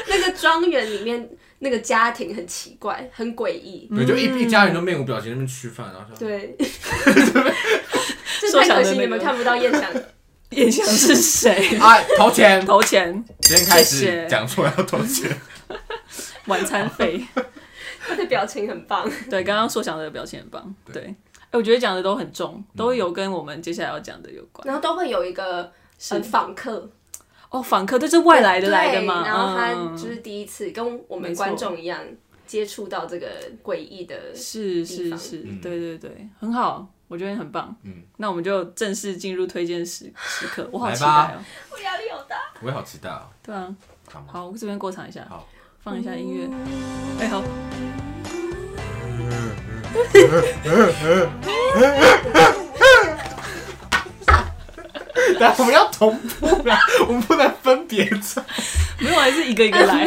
[SPEAKER 2] 那个庄园里面那个家庭很奇怪，很诡异。
[SPEAKER 1] 嗯
[SPEAKER 3] 对，就一一家人都面无表情在那边吃饭，然后就
[SPEAKER 2] 对，
[SPEAKER 1] 说
[SPEAKER 2] 这太
[SPEAKER 1] 想
[SPEAKER 2] 可
[SPEAKER 1] 的
[SPEAKER 2] 惜
[SPEAKER 1] 那
[SPEAKER 2] 你们
[SPEAKER 1] 个
[SPEAKER 2] 看不到燕 翔。
[SPEAKER 1] 不错，也像是谁
[SPEAKER 3] 哎投钱，
[SPEAKER 1] 投钱
[SPEAKER 3] 今天开
[SPEAKER 1] 谢
[SPEAKER 3] 始
[SPEAKER 1] 谢
[SPEAKER 3] 讲错要投钱，
[SPEAKER 1] 晚餐费。
[SPEAKER 2] 他的表情很棒，
[SPEAKER 1] 对，刚刚说想的表情很棒。对，哎，我觉得讲的都很重，都有跟我们接下来要讲的有关。
[SPEAKER 2] 然后都会有一个呃访客
[SPEAKER 1] 哦，访客这是外来的
[SPEAKER 2] 对
[SPEAKER 1] 来的嘛？
[SPEAKER 2] 然后他
[SPEAKER 1] 嗯
[SPEAKER 2] 就是第一次跟我们
[SPEAKER 1] 没错
[SPEAKER 2] 观众一样接触到这个诡异的，
[SPEAKER 1] 是
[SPEAKER 2] 地
[SPEAKER 1] 是
[SPEAKER 2] 方
[SPEAKER 1] 是，
[SPEAKER 3] 嗯
[SPEAKER 1] 对对对，很好，我觉得很棒。
[SPEAKER 3] 嗯，
[SPEAKER 1] 那我们就正式进入推荐时时 刻，我好
[SPEAKER 3] 来
[SPEAKER 1] 期
[SPEAKER 3] 吧
[SPEAKER 1] 待哦。
[SPEAKER 2] 我压力好大。
[SPEAKER 3] 我也好期待哦，
[SPEAKER 1] 对啊，
[SPEAKER 3] 好吗？
[SPEAKER 1] 好，我 这边过场一下，
[SPEAKER 3] 好，
[SPEAKER 1] 放一下音乐。哎，好。
[SPEAKER 3] 但我们要同步 啦，我们不能分别唱。
[SPEAKER 1] 没有，还啊是一个一个来，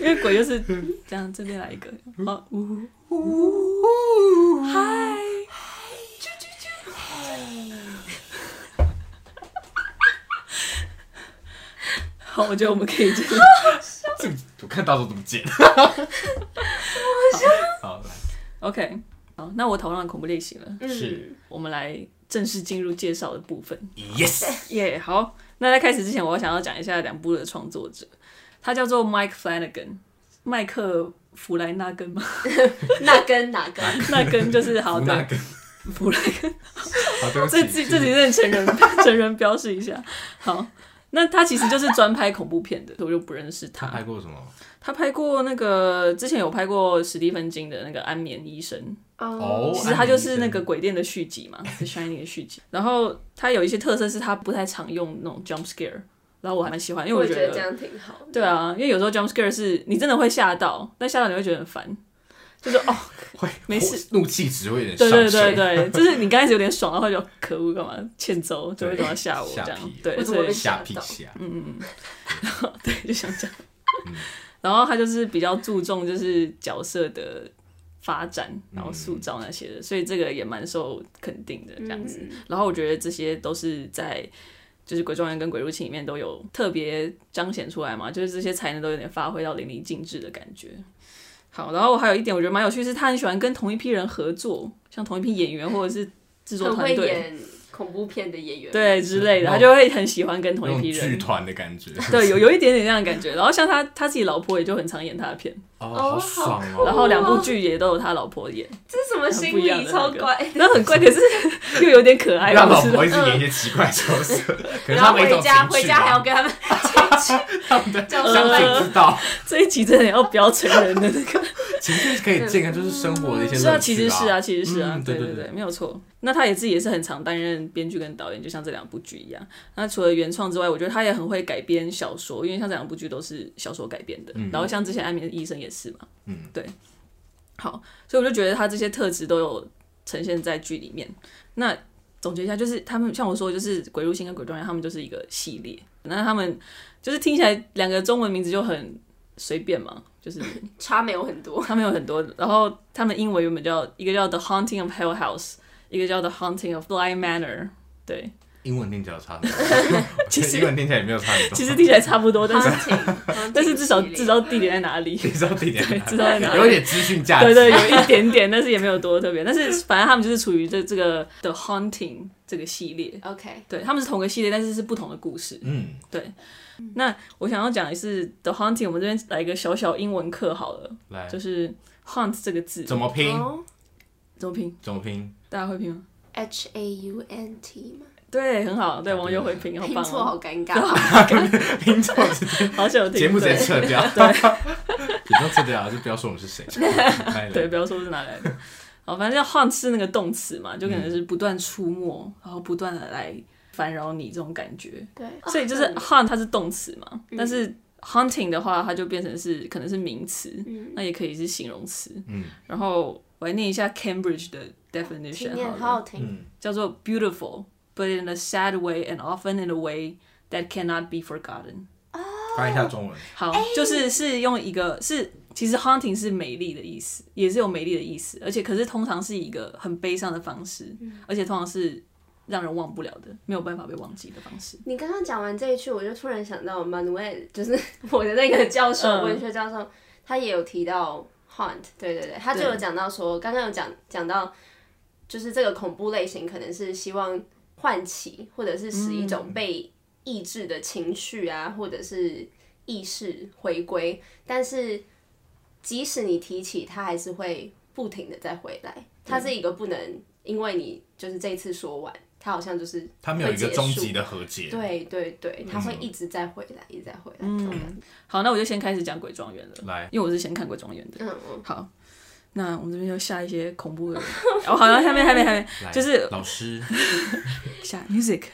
[SPEAKER 1] 因为鬼就是这样，这边来一个，好，呜呼呜呼，嗨，啾啾啾，好，我觉得我们可以这样，
[SPEAKER 3] 这个我看到时候怎么 剪。好，来
[SPEAKER 1] OK，好，那我讨论完恐怖类型了，
[SPEAKER 3] 是
[SPEAKER 1] 我们来正式进入介绍的部分。
[SPEAKER 3] yes，
[SPEAKER 1] 耶好，那在开始之前，我想要讲一下两部的创作者，他叫做 Mike Flanagan，麦克弗莱纳根吗？
[SPEAKER 2] 那跟哪跟？
[SPEAKER 1] 那根就是好
[SPEAKER 3] 那
[SPEAKER 1] 的，
[SPEAKER 3] 个
[SPEAKER 1] 弗莱根。
[SPEAKER 3] 好对不
[SPEAKER 1] 这
[SPEAKER 3] 起，
[SPEAKER 1] 这这里认成人 成人标示一下。好，那他其实就是专拍恐怖片的，我就不认识
[SPEAKER 3] 他 拍
[SPEAKER 1] 他。
[SPEAKER 3] 过什么？
[SPEAKER 1] 他拍过那个之前有拍过史蒂芬金的那个《安眠医生》，
[SPEAKER 3] 哦
[SPEAKER 1] 其实它就是那个鬼店的续集嘛，《The Shining》的续集。然后它有一些特色是它不太常用那种 jump scare，然后我还蛮喜欢，因为
[SPEAKER 2] 我
[SPEAKER 1] 我觉
[SPEAKER 2] 觉得这
[SPEAKER 1] 得
[SPEAKER 2] 样挺好的。
[SPEAKER 1] 对啊，因为有时候 jump scare 是你真的会吓到，但吓到你会觉得很烦，就是哦，
[SPEAKER 3] 会
[SPEAKER 1] 没事，
[SPEAKER 3] 怒气值会有点上
[SPEAKER 1] 对
[SPEAKER 3] 升。
[SPEAKER 1] 对对对，就是你刚开始有点爽，然后就可恶干嘛欠揍，就会
[SPEAKER 3] 对
[SPEAKER 1] 想要吓我这
[SPEAKER 3] 吓
[SPEAKER 1] 样
[SPEAKER 3] 屁，哦
[SPEAKER 1] 对，嗯
[SPEAKER 2] 我怎
[SPEAKER 1] 所
[SPEAKER 2] 么
[SPEAKER 1] 以
[SPEAKER 2] 被
[SPEAKER 3] 吓屁吓，
[SPEAKER 1] 对，就想讲。
[SPEAKER 3] 嗯
[SPEAKER 1] 然后他就是比较注重就是角色的发展，然后
[SPEAKER 3] 嗯
[SPEAKER 1] 塑造那些的，所以这个也蛮受肯定的这
[SPEAKER 2] 嗯
[SPEAKER 1] 样子。然后我觉得这些都是在就是《鬼庄园》跟《鬼入侵》里面都有特别彰显出来嘛，就是这些才能都有点发挥到淋漓尽致的感觉。好，然后还有一点我觉得蛮有趣，是他很喜欢跟同一批人合作，像同一批演员或者是制作
[SPEAKER 2] 很
[SPEAKER 1] 团
[SPEAKER 2] 会
[SPEAKER 1] 队
[SPEAKER 2] 演恐怖片的演员，，
[SPEAKER 1] 对之类的，他就会很喜欢跟
[SPEAKER 3] 那
[SPEAKER 1] 同一
[SPEAKER 3] 种
[SPEAKER 1] 批人
[SPEAKER 3] 剧团的感觉。
[SPEAKER 1] 对，有有一点点那样的感觉。然后像他他自己老婆也就很常演他的片，
[SPEAKER 3] 哦，好爽哦！
[SPEAKER 1] 然后两部剧也都有他老婆演，
[SPEAKER 2] 这是什么
[SPEAKER 1] 很
[SPEAKER 2] 心
[SPEAKER 1] 不一样
[SPEAKER 2] 理
[SPEAKER 1] 的
[SPEAKER 2] 超
[SPEAKER 1] 那个
[SPEAKER 2] 怪？
[SPEAKER 1] 那很怪，可是又有点可爱，
[SPEAKER 3] 让老
[SPEAKER 1] 不是
[SPEAKER 3] 婆
[SPEAKER 1] 吗
[SPEAKER 3] 一直演一些奇怪的 角色，可能
[SPEAKER 2] 然
[SPEAKER 3] 他
[SPEAKER 2] 后
[SPEAKER 3] 们一
[SPEAKER 2] 回
[SPEAKER 3] 种
[SPEAKER 2] 家
[SPEAKER 3] 情
[SPEAKER 2] 回
[SPEAKER 3] 绪
[SPEAKER 2] 家还要
[SPEAKER 3] 吧，
[SPEAKER 2] 跟他们 进去
[SPEAKER 3] 他们的
[SPEAKER 2] 叫
[SPEAKER 3] 相
[SPEAKER 1] 呃
[SPEAKER 3] 信知道，
[SPEAKER 1] 这一集真的要标成人的那个，
[SPEAKER 3] 情绪可以健康，就是生活的一些乐
[SPEAKER 1] 是啊，其
[SPEAKER 3] 趣
[SPEAKER 1] 实是啊，其实是啊，
[SPEAKER 3] 嗯
[SPEAKER 1] 对
[SPEAKER 3] 对对
[SPEAKER 1] 对，
[SPEAKER 3] 对
[SPEAKER 1] 没有错。那他也自己也是很常担任编剧跟导演，就像这两部剧一样。那除了原创之外，我觉得他也很会改编小说，因为像这两部剧都是小说改编的。然后像之前《安眠的医生》也是嘛，
[SPEAKER 3] 嗯，
[SPEAKER 1] 对。好，所以我就觉得他这些特质都有呈现在剧里面。那总结一下，就是他们像我说，就是《鬼入侵》跟《鬼庄园》，他们就是一个系列。那他们就是听起来两个中文名字就很随便嘛，就是
[SPEAKER 2] 差没有很 多。
[SPEAKER 1] 他们有很多，然后他们英文原本叫一个叫《The Haunting of Hill House》，一个叫《The Haunting of Bly Manor》。对，
[SPEAKER 3] 英文听起来有差 很多，其实英文听起来也没有差很多。
[SPEAKER 1] 其实听起来差不多，但是
[SPEAKER 2] Haunting，
[SPEAKER 1] 但是至少
[SPEAKER 2] Haunting 系列
[SPEAKER 1] 至少地点在哪里？
[SPEAKER 3] 你知 道地点在哪，
[SPEAKER 1] 知道在哪里
[SPEAKER 3] 有一点资讯价值。
[SPEAKER 1] 对对，有一点点，但是也没有多特别。但是反正他们就是处于这这个 The Haunting 这个系列，
[SPEAKER 2] OK，
[SPEAKER 1] 对，他们是同个系列，但是是不同的故事。
[SPEAKER 3] 嗯，
[SPEAKER 1] 那我想要讲的是 The Haunting，我们这边来一个小小英文课好了，
[SPEAKER 3] 来
[SPEAKER 1] 就是 haunt 这个字
[SPEAKER 3] 哎怎么拼？
[SPEAKER 2] 哦
[SPEAKER 1] 怎么拼？
[SPEAKER 3] 怎么拼？
[SPEAKER 1] 大家会拼吗？
[SPEAKER 2] ，H A U N T 嘛，
[SPEAKER 1] 对，很好，对，
[SPEAKER 3] 答对
[SPEAKER 1] 网友会拼，好
[SPEAKER 2] 拼
[SPEAKER 1] 棒
[SPEAKER 2] 错
[SPEAKER 1] 哦！
[SPEAKER 2] 好尴尬哦。
[SPEAKER 3] 拼错直接
[SPEAKER 1] 好想有听
[SPEAKER 3] 节目直接
[SPEAKER 1] 对
[SPEAKER 3] 撤掉，对， 也不用撤掉啊，就不要说我们是谁。来来
[SPEAKER 1] 对，不要说是哪来的。好，反正叫 haunt 是那个动词嘛，就可
[SPEAKER 3] 嗯
[SPEAKER 1] 能是不断出没，然后不断的来烦扰你这种感觉。
[SPEAKER 2] 对，
[SPEAKER 1] 所以就是
[SPEAKER 2] 哦
[SPEAKER 1] hunt 它是动词嘛，
[SPEAKER 2] 嗯
[SPEAKER 1] 但是 hunting 的话，它就变成是可能是名词，
[SPEAKER 2] 嗯
[SPEAKER 1] 那也可以是形容词。
[SPEAKER 3] 嗯
[SPEAKER 1] 然后我来念一下 Cambridge 的
[SPEAKER 2] 听
[SPEAKER 1] definition
[SPEAKER 2] 念
[SPEAKER 1] 好
[SPEAKER 2] 好
[SPEAKER 1] 了
[SPEAKER 2] 好听。
[SPEAKER 3] 嗯，
[SPEAKER 1] 叫做 beautiful but in a sad way and often in a way that cannot be forgotten。
[SPEAKER 3] 翻译一下中文，
[SPEAKER 1] 好，就是是用一个是。其实 hunting 是美丽的意思，也是有美丽的意思，而且可是通常是一个很悲伤的方式，而且通常是让人忘不了的，没有办法被忘记的方式。
[SPEAKER 2] 你刚刚讲完这一句，我就突然想到 Manuel，就是 我的那个教授，
[SPEAKER 1] 嗯
[SPEAKER 2] 文学教授，他也有提到 haunt，对对对，他就有讲到说，刚刚有讲讲到，就是这个恐怖类型可能是希望唤起或者是使
[SPEAKER 3] 嗯
[SPEAKER 2] 一种被抑制的情绪啊，或者是意识回归，但是即使你提起，它还是会不停的再回来，它是一个不能因为你就是这一次说完，它好像就是
[SPEAKER 3] 它没有一
[SPEAKER 2] 会
[SPEAKER 3] 个
[SPEAKER 2] 结束
[SPEAKER 3] 终极的和解。
[SPEAKER 2] 对对对，他
[SPEAKER 1] 嗯
[SPEAKER 2] 会一直在回来，一直在回来。嗯
[SPEAKER 1] 好，那我就先开始讲鬼庄园了，
[SPEAKER 3] 来，
[SPEAKER 1] 因为我是先看鬼庄园的。
[SPEAKER 2] 嗯，我
[SPEAKER 1] 好，那我们这边就下一些恐怖的，哦，好了，下面还没还没，
[SPEAKER 3] 来
[SPEAKER 1] 就是
[SPEAKER 3] 老师，
[SPEAKER 1] 下 music。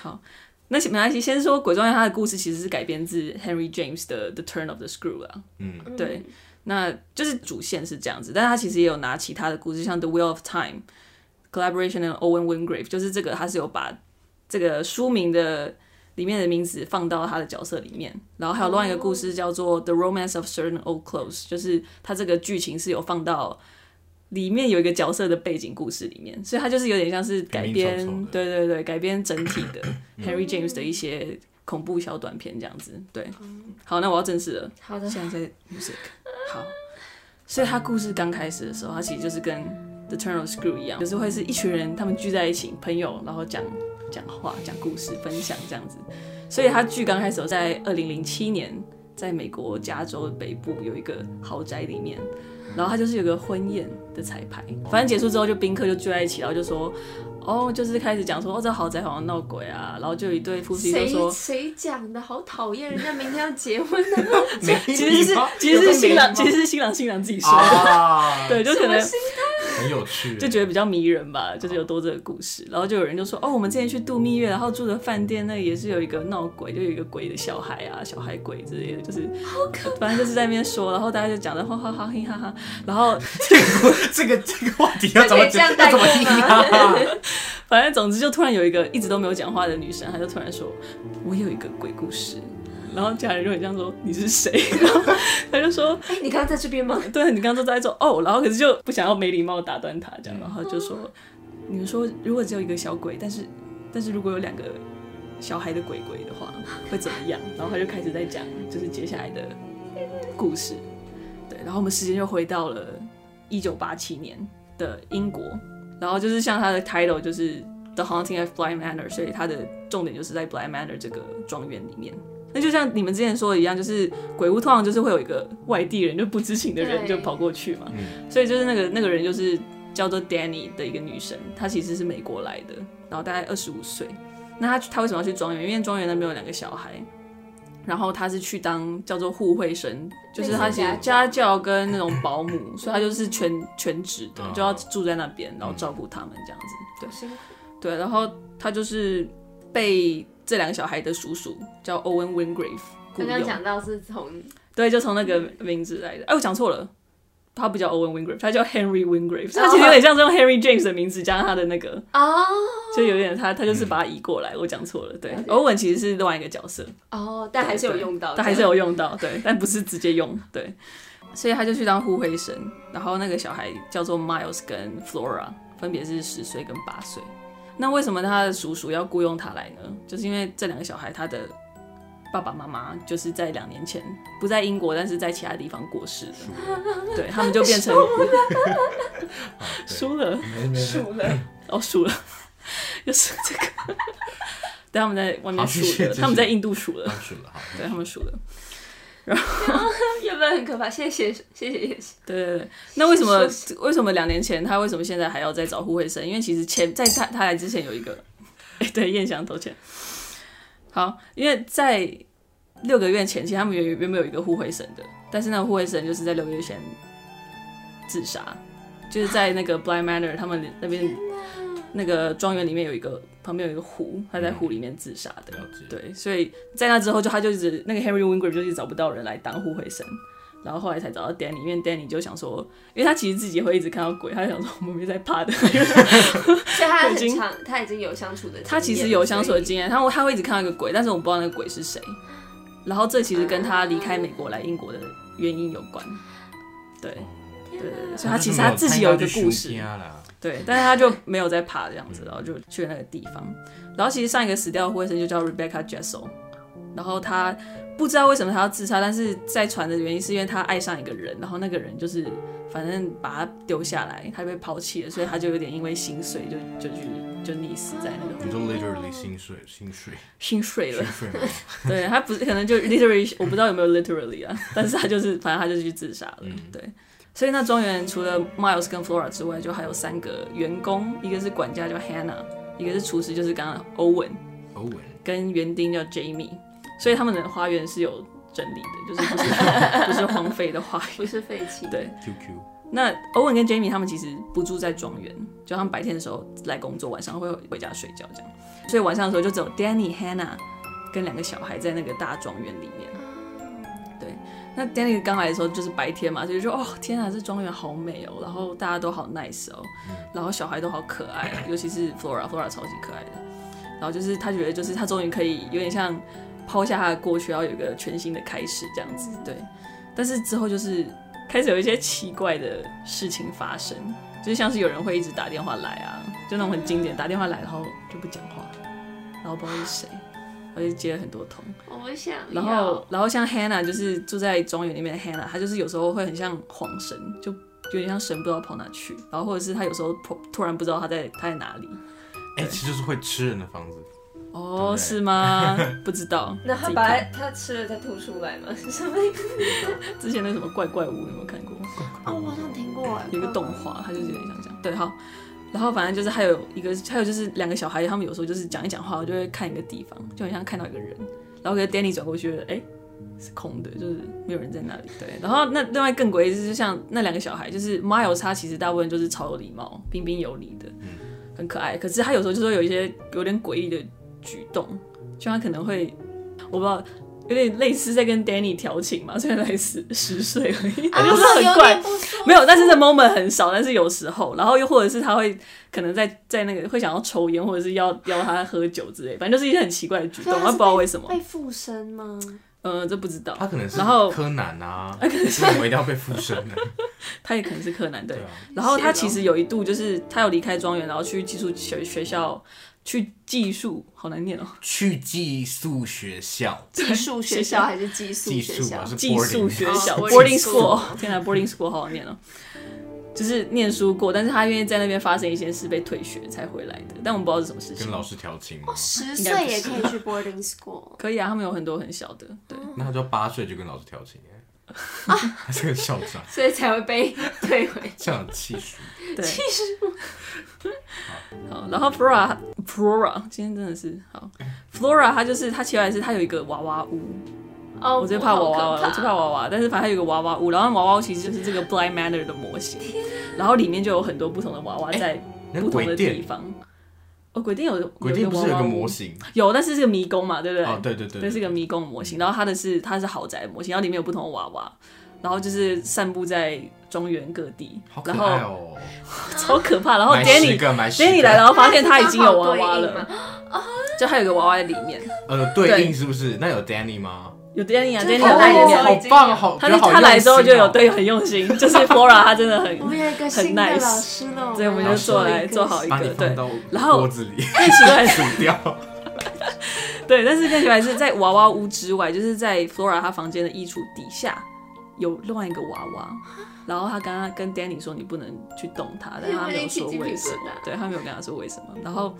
[SPEAKER 1] 好，那先没关系，先说《鬼庄园》它的故事其实是改编自 Henry James 的《The Turn of the Screw》啊，
[SPEAKER 3] 嗯，
[SPEAKER 1] 对，那就是主线是这样子，但是他其实也有拿其他的故事，像《The Wheel of Time》、Collaboration 和 Owen Wingrave，就是这个他是有把这个书名的里面的名字放到他的角色里面，然后还有另外一个故事叫做《The Romance of Certain Old Clothes》，就是他这个剧情是有放到。里面有一个角色的背景故事里面，所以它就是有点像是改编
[SPEAKER 3] 平民丑丑的，
[SPEAKER 1] 对对对，改编整体 的 Henry James 的一些恐怖小短片这样子。对，好，那我要正式了。
[SPEAKER 2] 好的，
[SPEAKER 1] 现在在 music。好，所以他故事刚开始的时候，他其实就是跟 The Turn of Screw 一样，就是会是一群人他们聚在一起，朋友，然后讲讲话、讲故事、分享这样子。所以他剧刚开始有在二零零七年，在美国加州北部有一个豪宅里面。然后他就是有个婚宴的彩排，反正结束之后就宾客就聚在一起，然后就说，哦，就是开始讲说，哦，这豪宅好像闹鬼啊，然后就有一对夫妻就
[SPEAKER 2] 谁
[SPEAKER 1] 说，
[SPEAKER 2] 谁讲的好讨厌，人家明天要 结婚的，
[SPEAKER 3] 其
[SPEAKER 1] 其实是其实是新郎，其实是新郎新娘自己说的，
[SPEAKER 3] 啊，
[SPEAKER 1] 对，就可
[SPEAKER 2] 什么
[SPEAKER 1] 能
[SPEAKER 2] 心
[SPEAKER 3] 很有趣，
[SPEAKER 1] 就觉得比较迷人吧，就是有多这个故事。然后就有人就说，哦，我们之前去度蜜月，然后住的饭店那里也是有一个闹鬼，就有一个鬼的小孩啊，小孩鬼之类的，就是好可反正就是在那边说，然后大家就讲的哈哈哈嘿哈哈，然后
[SPEAKER 3] 这个这个话题要怎么
[SPEAKER 2] 可以这样
[SPEAKER 3] 讲要怎么
[SPEAKER 2] 带过
[SPEAKER 3] 讲
[SPEAKER 2] 吗
[SPEAKER 3] 啊？
[SPEAKER 1] 反正总之就突然有一个一直都没有讲话的女生，她就突然说：“我有一个鬼故事。”然后家人就很像说：“你是谁？”然后她就说：“
[SPEAKER 2] 哎，你刚刚在这边吗？
[SPEAKER 1] 对你刚刚都在说哦，然后可是就不想要没礼貌打断他这样，然后就说，你们说如果只有一个小鬼，但是但是如果有两个小孩的鬼鬼的话，会怎么样？然后他就开始在讲就是接下来的故事，对，然后我们时间就回到了一九八七年的英国，然后就是像他的 title 就是 The Haunting of Bly Manor，所以它的重点就是在 Bly Manor 这个庄园里面。那就像你们之前说的一样，就是鬼屋通常就是会有一个外地人，就不知情的人
[SPEAKER 2] 对
[SPEAKER 1] 就跑过去嘛，
[SPEAKER 3] 嗯
[SPEAKER 1] 所以就是那个那个人就是叫做 Danny 的一个女生，她其实是美国来的，然后大概二十五岁。那她她为什么要去庄园？因为庄园那边有两个小孩，然后她是去当叫做护卫生，就是她其实
[SPEAKER 2] 类似
[SPEAKER 1] 家教跟那种保姆，所以她就是全全职的
[SPEAKER 3] 嗯，
[SPEAKER 1] 就要住在那边，然后照顾他们这样子。对
[SPEAKER 2] 辛苦
[SPEAKER 1] 对，然后她就是被这两个小孩的叔叔叫 Owen Wingrave 雇
[SPEAKER 2] 刚刚
[SPEAKER 1] 佣。
[SPEAKER 2] 讲到是从
[SPEAKER 1] 对，就从那个名字来的。哎，我讲错了他不叫 Owen Wingrave，他叫 Henry Wingrave，他其实有点像是用 Henry James 的名字加上他的那个，
[SPEAKER 2] 哦
[SPEAKER 1] 就有点他他就是把它移过来，我讲错了，对，Owen 其实是另外一个角色，
[SPEAKER 2] 哦，但还是有用到的，
[SPEAKER 1] 但还是有用到，对，但不是直接用，对，所以他就去当护卫神，然后那个小孩叫做 Miles 跟 Flora，分别是十岁跟八岁。那为什么他的叔叔要雇佣他来呢？就是因为这两个小孩他的爸爸妈妈就是在两年前不在英国，但是在其他地方过世 的，对他们就变成 输了。
[SPEAKER 3] 没没
[SPEAKER 2] 数了。
[SPEAKER 1] 哦，数了，就是这个。 对，他们在外面
[SPEAKER 3] 好
[SPEAKER 1] 数
[SPEAKER 3] 继续
[SPEAKER 1] 了，
[SPEAKER 3] 继续
[SPEAKER 1] 他们在印度数
[SPEAKER 3] 没
[SPEAKER 1] 了，
[SPEAKER 3] 数了，好，
[SPEAKER 1] 对他们数了。
[SPEAKER 2] 原本很可怕，谢谢谢谢谢谢。
[SPEAKER 1] 对对对，那为什么为什么两年前他为什么现在还要再找护卫生？因为其实前在他他来之前有一个，哎，对，燕翔投钱。好，因为在六个月前，其实他们原原本有一个护卫生的，但是那个护卫生就是在六个月前自杀，就是在那个 Blind Manor 他们那边那个庄园里面有一个旁边有一个湖，他在湖里面自杀的。
[SPEAKER 3] 了解。
[SPEAKER 1] 对，所以在那之后就他就一直那个 Henry Winger 就一直找不到人来当护卫神，然后后来才找到 Danny，因为 Danny 就想说，因为他其实自己会一直看到鬼，他就想说我们没在怕的，因为
[SPEAKER 2] 所以他
[SPEAKER 1] 已
[SPEAKER 2] 很
[SPEAKER 1] 经
[SPEAKER 2] 长，他已经有相处的经验了，
[SPEAKER 1] 他其实有相处的
[SPEAKER 2] 所以
[SPEAKER 1] 经验，他会他会一直看到一个鬼，但是我们不知道那个鬼是谁，然后这其实跟他离开美国来英国的原因有关，对对对，对所以他其实他自己有一个故事，对，但是他就没有再爬这样子，然后就去了那个地方。然后其实上一个死掉的护卫生就叫 Rebecca Jessel，然后他不知道为什么他要自杀，但是在传的原因是因为他爱上一个人，然后那个人就是反正把他丢下来，他被抛弃了，所以他就有点因为心碎就就去就溺死在那个
[SPEAKER 3] 你说 literally 薪水，薪水，
[SPEAKER 1] 心碎了
[SPEAKER 3] 薪。水吗？
[SPEAKER 1] 对他不是可能就 literally，我不知道有没有 literally 啊， 但是他就是反正他就去自杀了。对，所以那庄园除了 Miles 跟 Flora 之外，就还有三个员工，一个是管家叫 Hannah，一个是厨师就是刚刚 Owen，
[SPEAKER 3] 欧文，
[SPEAKER 1] 跟园丁叫 Jamie，所以他们的花园是有整理的，就是不是 不是荒废的花
[SPEAKER 2] 不
[SPEAKER 1] 园。
[SPEAKER 2] 是废弃。
[SPEAKER 1] 对，
[SPEAKER 3] QQ，
[SPEAKER 1] 那 Owen 跟 Jamie 他们其实不住在庄园，就他们白天的时候来工作，晚上会回家睡觉这样。所以晚上的时候就只有 Danny、Hannah 跟两个小孩在那个大庄园里
[SPEAKER 2] 嗯
[SPEAKER 1] 面。对，那 Danny 刚来的时候就是白天嘛，所以就说哦天啊，这庄园好美哦，然后大家都好 nice 哦，然后小孩都好可爱哦，尤 其是 Flora，Flora 超级可爱的。然后就是他觉得就是他终于可以有点像抛下他的过去，然后有一个全新的开始这样子。对，但是之后就是开始有一些奇怪的事情发生，就是像是有人会一直打电话来啊，就那种很经典，打电话来然后就不讲话，然后不知道是谁，我就接了很多通。
[SPEAKER 2] 我不想要。
[SPEAKER 1] 然后，然后像 Hannah 就是住在庄园里面的 Hannah，她就是有时候会很像恍神，就有点像神不知道跑哪去，然后或者是她有时候突突然不知道她在她在哪里。
[SPEAKER 3] 哎，其实就是会吃人的房子，对
[SPEAKER 1] 哦，
[SPEAKER 3] 不对
[SPEAKER 1] 是吗？不知道。
[SPEAKER 2] 那他
[SPEAKER 1] 自己
[SPEAKER 2] 把
[SPEAKER 1] 看
[SPEAKER 2] 它他吃了再吐出来吗？ 是什么？
[SPEAKER 1] 之前那什么怪怪物，你有没有看过？
[SPEAKER 2] 哦，我好像听过哎
[SPEAKER 1] 有一个动画，他就是有点像这样。对，好，然后反正就是还有一个，还有就是两个小孩，他们有时候就是讲一讲话，我就会看一个地方，就很像看到一个人，然后给 Danny 转过去，哎、是空的，就是没有人在那里。对，然后那另外更诡异就是像那两个小孩，就是 Miles 他其实大部分就是超有礼貌、彬彬有礼的，很可爱。可是他有时候就是会有一些有点诡异的举动，就他可能会，我不知道。有点类似在跟 Danny 调情嘛，虽然才十十岁而已，
[SPEAKER 2] 啊，
[SPEAKER 1] 就是很怪，
[SPEAKER 2] 有点不舒服
[SPEAKER 1] 没有，但是这 moment 很少，但是有时候，然后又或者是他会可能在在那个会想要抽烟，或者是要邀他喝酒之类，反正就是一些很奇怪的举动，
[SPEAKER 2] 所以
[SPEAKER 1] 我
[SPEAKER 2] 他
[SPEAKER 1] 也
[SPEAKER 2] 啊是
[SPEAKER 1] 不知道为什么，
[SPEAKER 2] 被附身 吗？
[SPEAKER 1] 呃，这不知道，
[SPEAKER 3] 他可能是
[SPEAKER 1] 然后
[SPEAKER 3] 柯南 啊，我一定要被附身的，
[SPEAKER 1] 他也可能是柯南对
[SPEAKER 3] 对。啊，
[SPEAKER 1] 然后他其实有一度就是他有离开庄园，然后去寄宿学学校去寄宿，好难 念哦，
[SPEAKER 3] 去寄宿学校，
[SPEAKER 2] 寄宿学校还是寄宿
[SPEAKER 3] 寄
[SPEAKER 2] 学
[SPEAKER 3] 宿
[SPEAKER 2] 校
[SPEAKER 3] 啊？是
[SPEAKER 1] 寄宿学校
[SPEAKER 2] boarding
[SPEAKER 1] boarding
[SPEAKER 2] school
[SPEAKER 1] school，天哪，boarding school 好好念哦。就是念书过，但是他愿意在那边发生一些事，被退学才回来的。但我们不知道是什么事情
[SPEAKER 3] 跟。老师调情吗？
[SPEAKER 2] 十
[SPEAKER 1] 应该
[SPEAKER 2] 岁
[SPEAKER 1] 不
[SPEAKER 2] 也
[SPEAKER 1] 是
[SPEAKER 2] 可以去 boarding school
[SPEAKER 1] 可以啊，他们有很多很小的，对。
[SPEAKER 3] 那他就八岁就跟老师调情，啊，他是个校 长，
[SPEAKER 2] 所以才会被退回。
[SPEAKER 3] 校长气死。
[SPEAKER 1] 对，其实 好，然后 Flora Flora 今天真的是好，Flora 她就是她奇怪的是她有一个娃娃屋，
[SPEAKER 2] 哦，
[SPEAKER 1] 我最怕娃
[SPEAKER 2] 好可
[SPEAKER 1] 娃，
[SPEAKER 2] 怕
[SPEAKER 1] 我最怕娃娃，但是反正她有一个娃娃屋，然后娃娃屋其实就是这个 Blind Manor 的模型，
[SPEAKER 2] 啊
[SPEAKER 1] 然后里面就有很多不同的娃娃在
[SPEAKER 2] 哎
[SPEAKER 3] 那
[SPEAKER 1] 不同
[SPEAKER 3] 鬼
[SPEAKER 1] 的地
[SPEAKER 3] 店，
[SPEAKER 1] 方。哦，鬼店有
[SPEAKER 3] 鬼店不是
[SPEAKER 1] 有
[SPEAKER 3] 有
[SPEAKER 1] 娃
[SPEAKER 3] 个
[SPEAKER 1] 娃屋
[SPEAKER 3] 模型？
[SPEAKER 1] 有，但是是个迷宫嘛，对不对？
[SPEAKER 3] 哦，对对对，
[SPEAKER 1] 对，是个迷宫模型。然后它的是它是豪宅模型，然后里面有不同的娃娃，然后就是散布在中原各地，
[SPEAKER 3] 好可
[SPEAKER 1] 然
[SPEAKER 3] 爱
[SPEAKER 1] 后
[SPEAKER 3] 哦！
[SPEAKER 1] 超可怕。然后
[SPEAKER 3] 买十
[SPEAKER 1] Danny
[SPEAKER 3] 个，买十
[SPEAKER 1] Danny 来了，然
[SPEAKER 3] 了，
[SPEAKER 1] 后发现他已经有娃娃
[SPEAKER 2] 那这样好
[SPEAKER 1] 了，就他有个娃娃在里面，
[SPEAKER 3] 呃，有对
[SPEAKER 1] 对
[SPEAKER 3] 应是不是？那有 Danny 吗？
[SPEAKER 1] 有 Danny 啊
[SPEAKER 2] 就是
[SPEAKER 1] ，Danny
[SPEAKER 2] 他来的时
[SPEAKER 1] 在里
[SPEAKER 2] 候
[SPEAKER 3] 哦好
[SPEAKER 1] 面。
[SPEAKER 2] 已经有
[SPEAKER 3] 棒，好，
[SPEAKER 1] 他
[SPEAKER 3] 觉得好
[SPEAKER 1] 他来之后就有
[SPEAKER 3] 用心哦
[SPEAKER 1] 对很用心，就是 Flora 他真的很
[SPEAKER 2] 我们有一个
[SPEAKER 1] 很
[SPEAKER 2] 新的
[SPEAKER 1] nice
[SPEAKER 2] 老师了，
[SPEAKER 1] 对我们
[SPEAKER 2] 要
[SPEAKER 3] 就做
[SPEAKER 2] 一
[SPEAKER 1] 来
[SPEAKER 2] 个
[SPEAKER 1] 做好一
[SPEAKER 3] 把你
[SPEAKER 1] 个对
[SPEAKER 3] 放到
[SPEAKER 1] 然后
[SPEAKER 3] 锅子里
[SPEAKER 1] 更 奇 怪的是，
[SPEAKER 3] 煮掉。
[SPEAKER 1] 对，但是更奇怪的是在娃娃屋之外，就是在 Flora 她房间的衣橱底下有另外一个娃娃，然后他刚刚跟 Danny 说你不能去动它，但是他没有说为什么，对他没有跟他说为什么，然后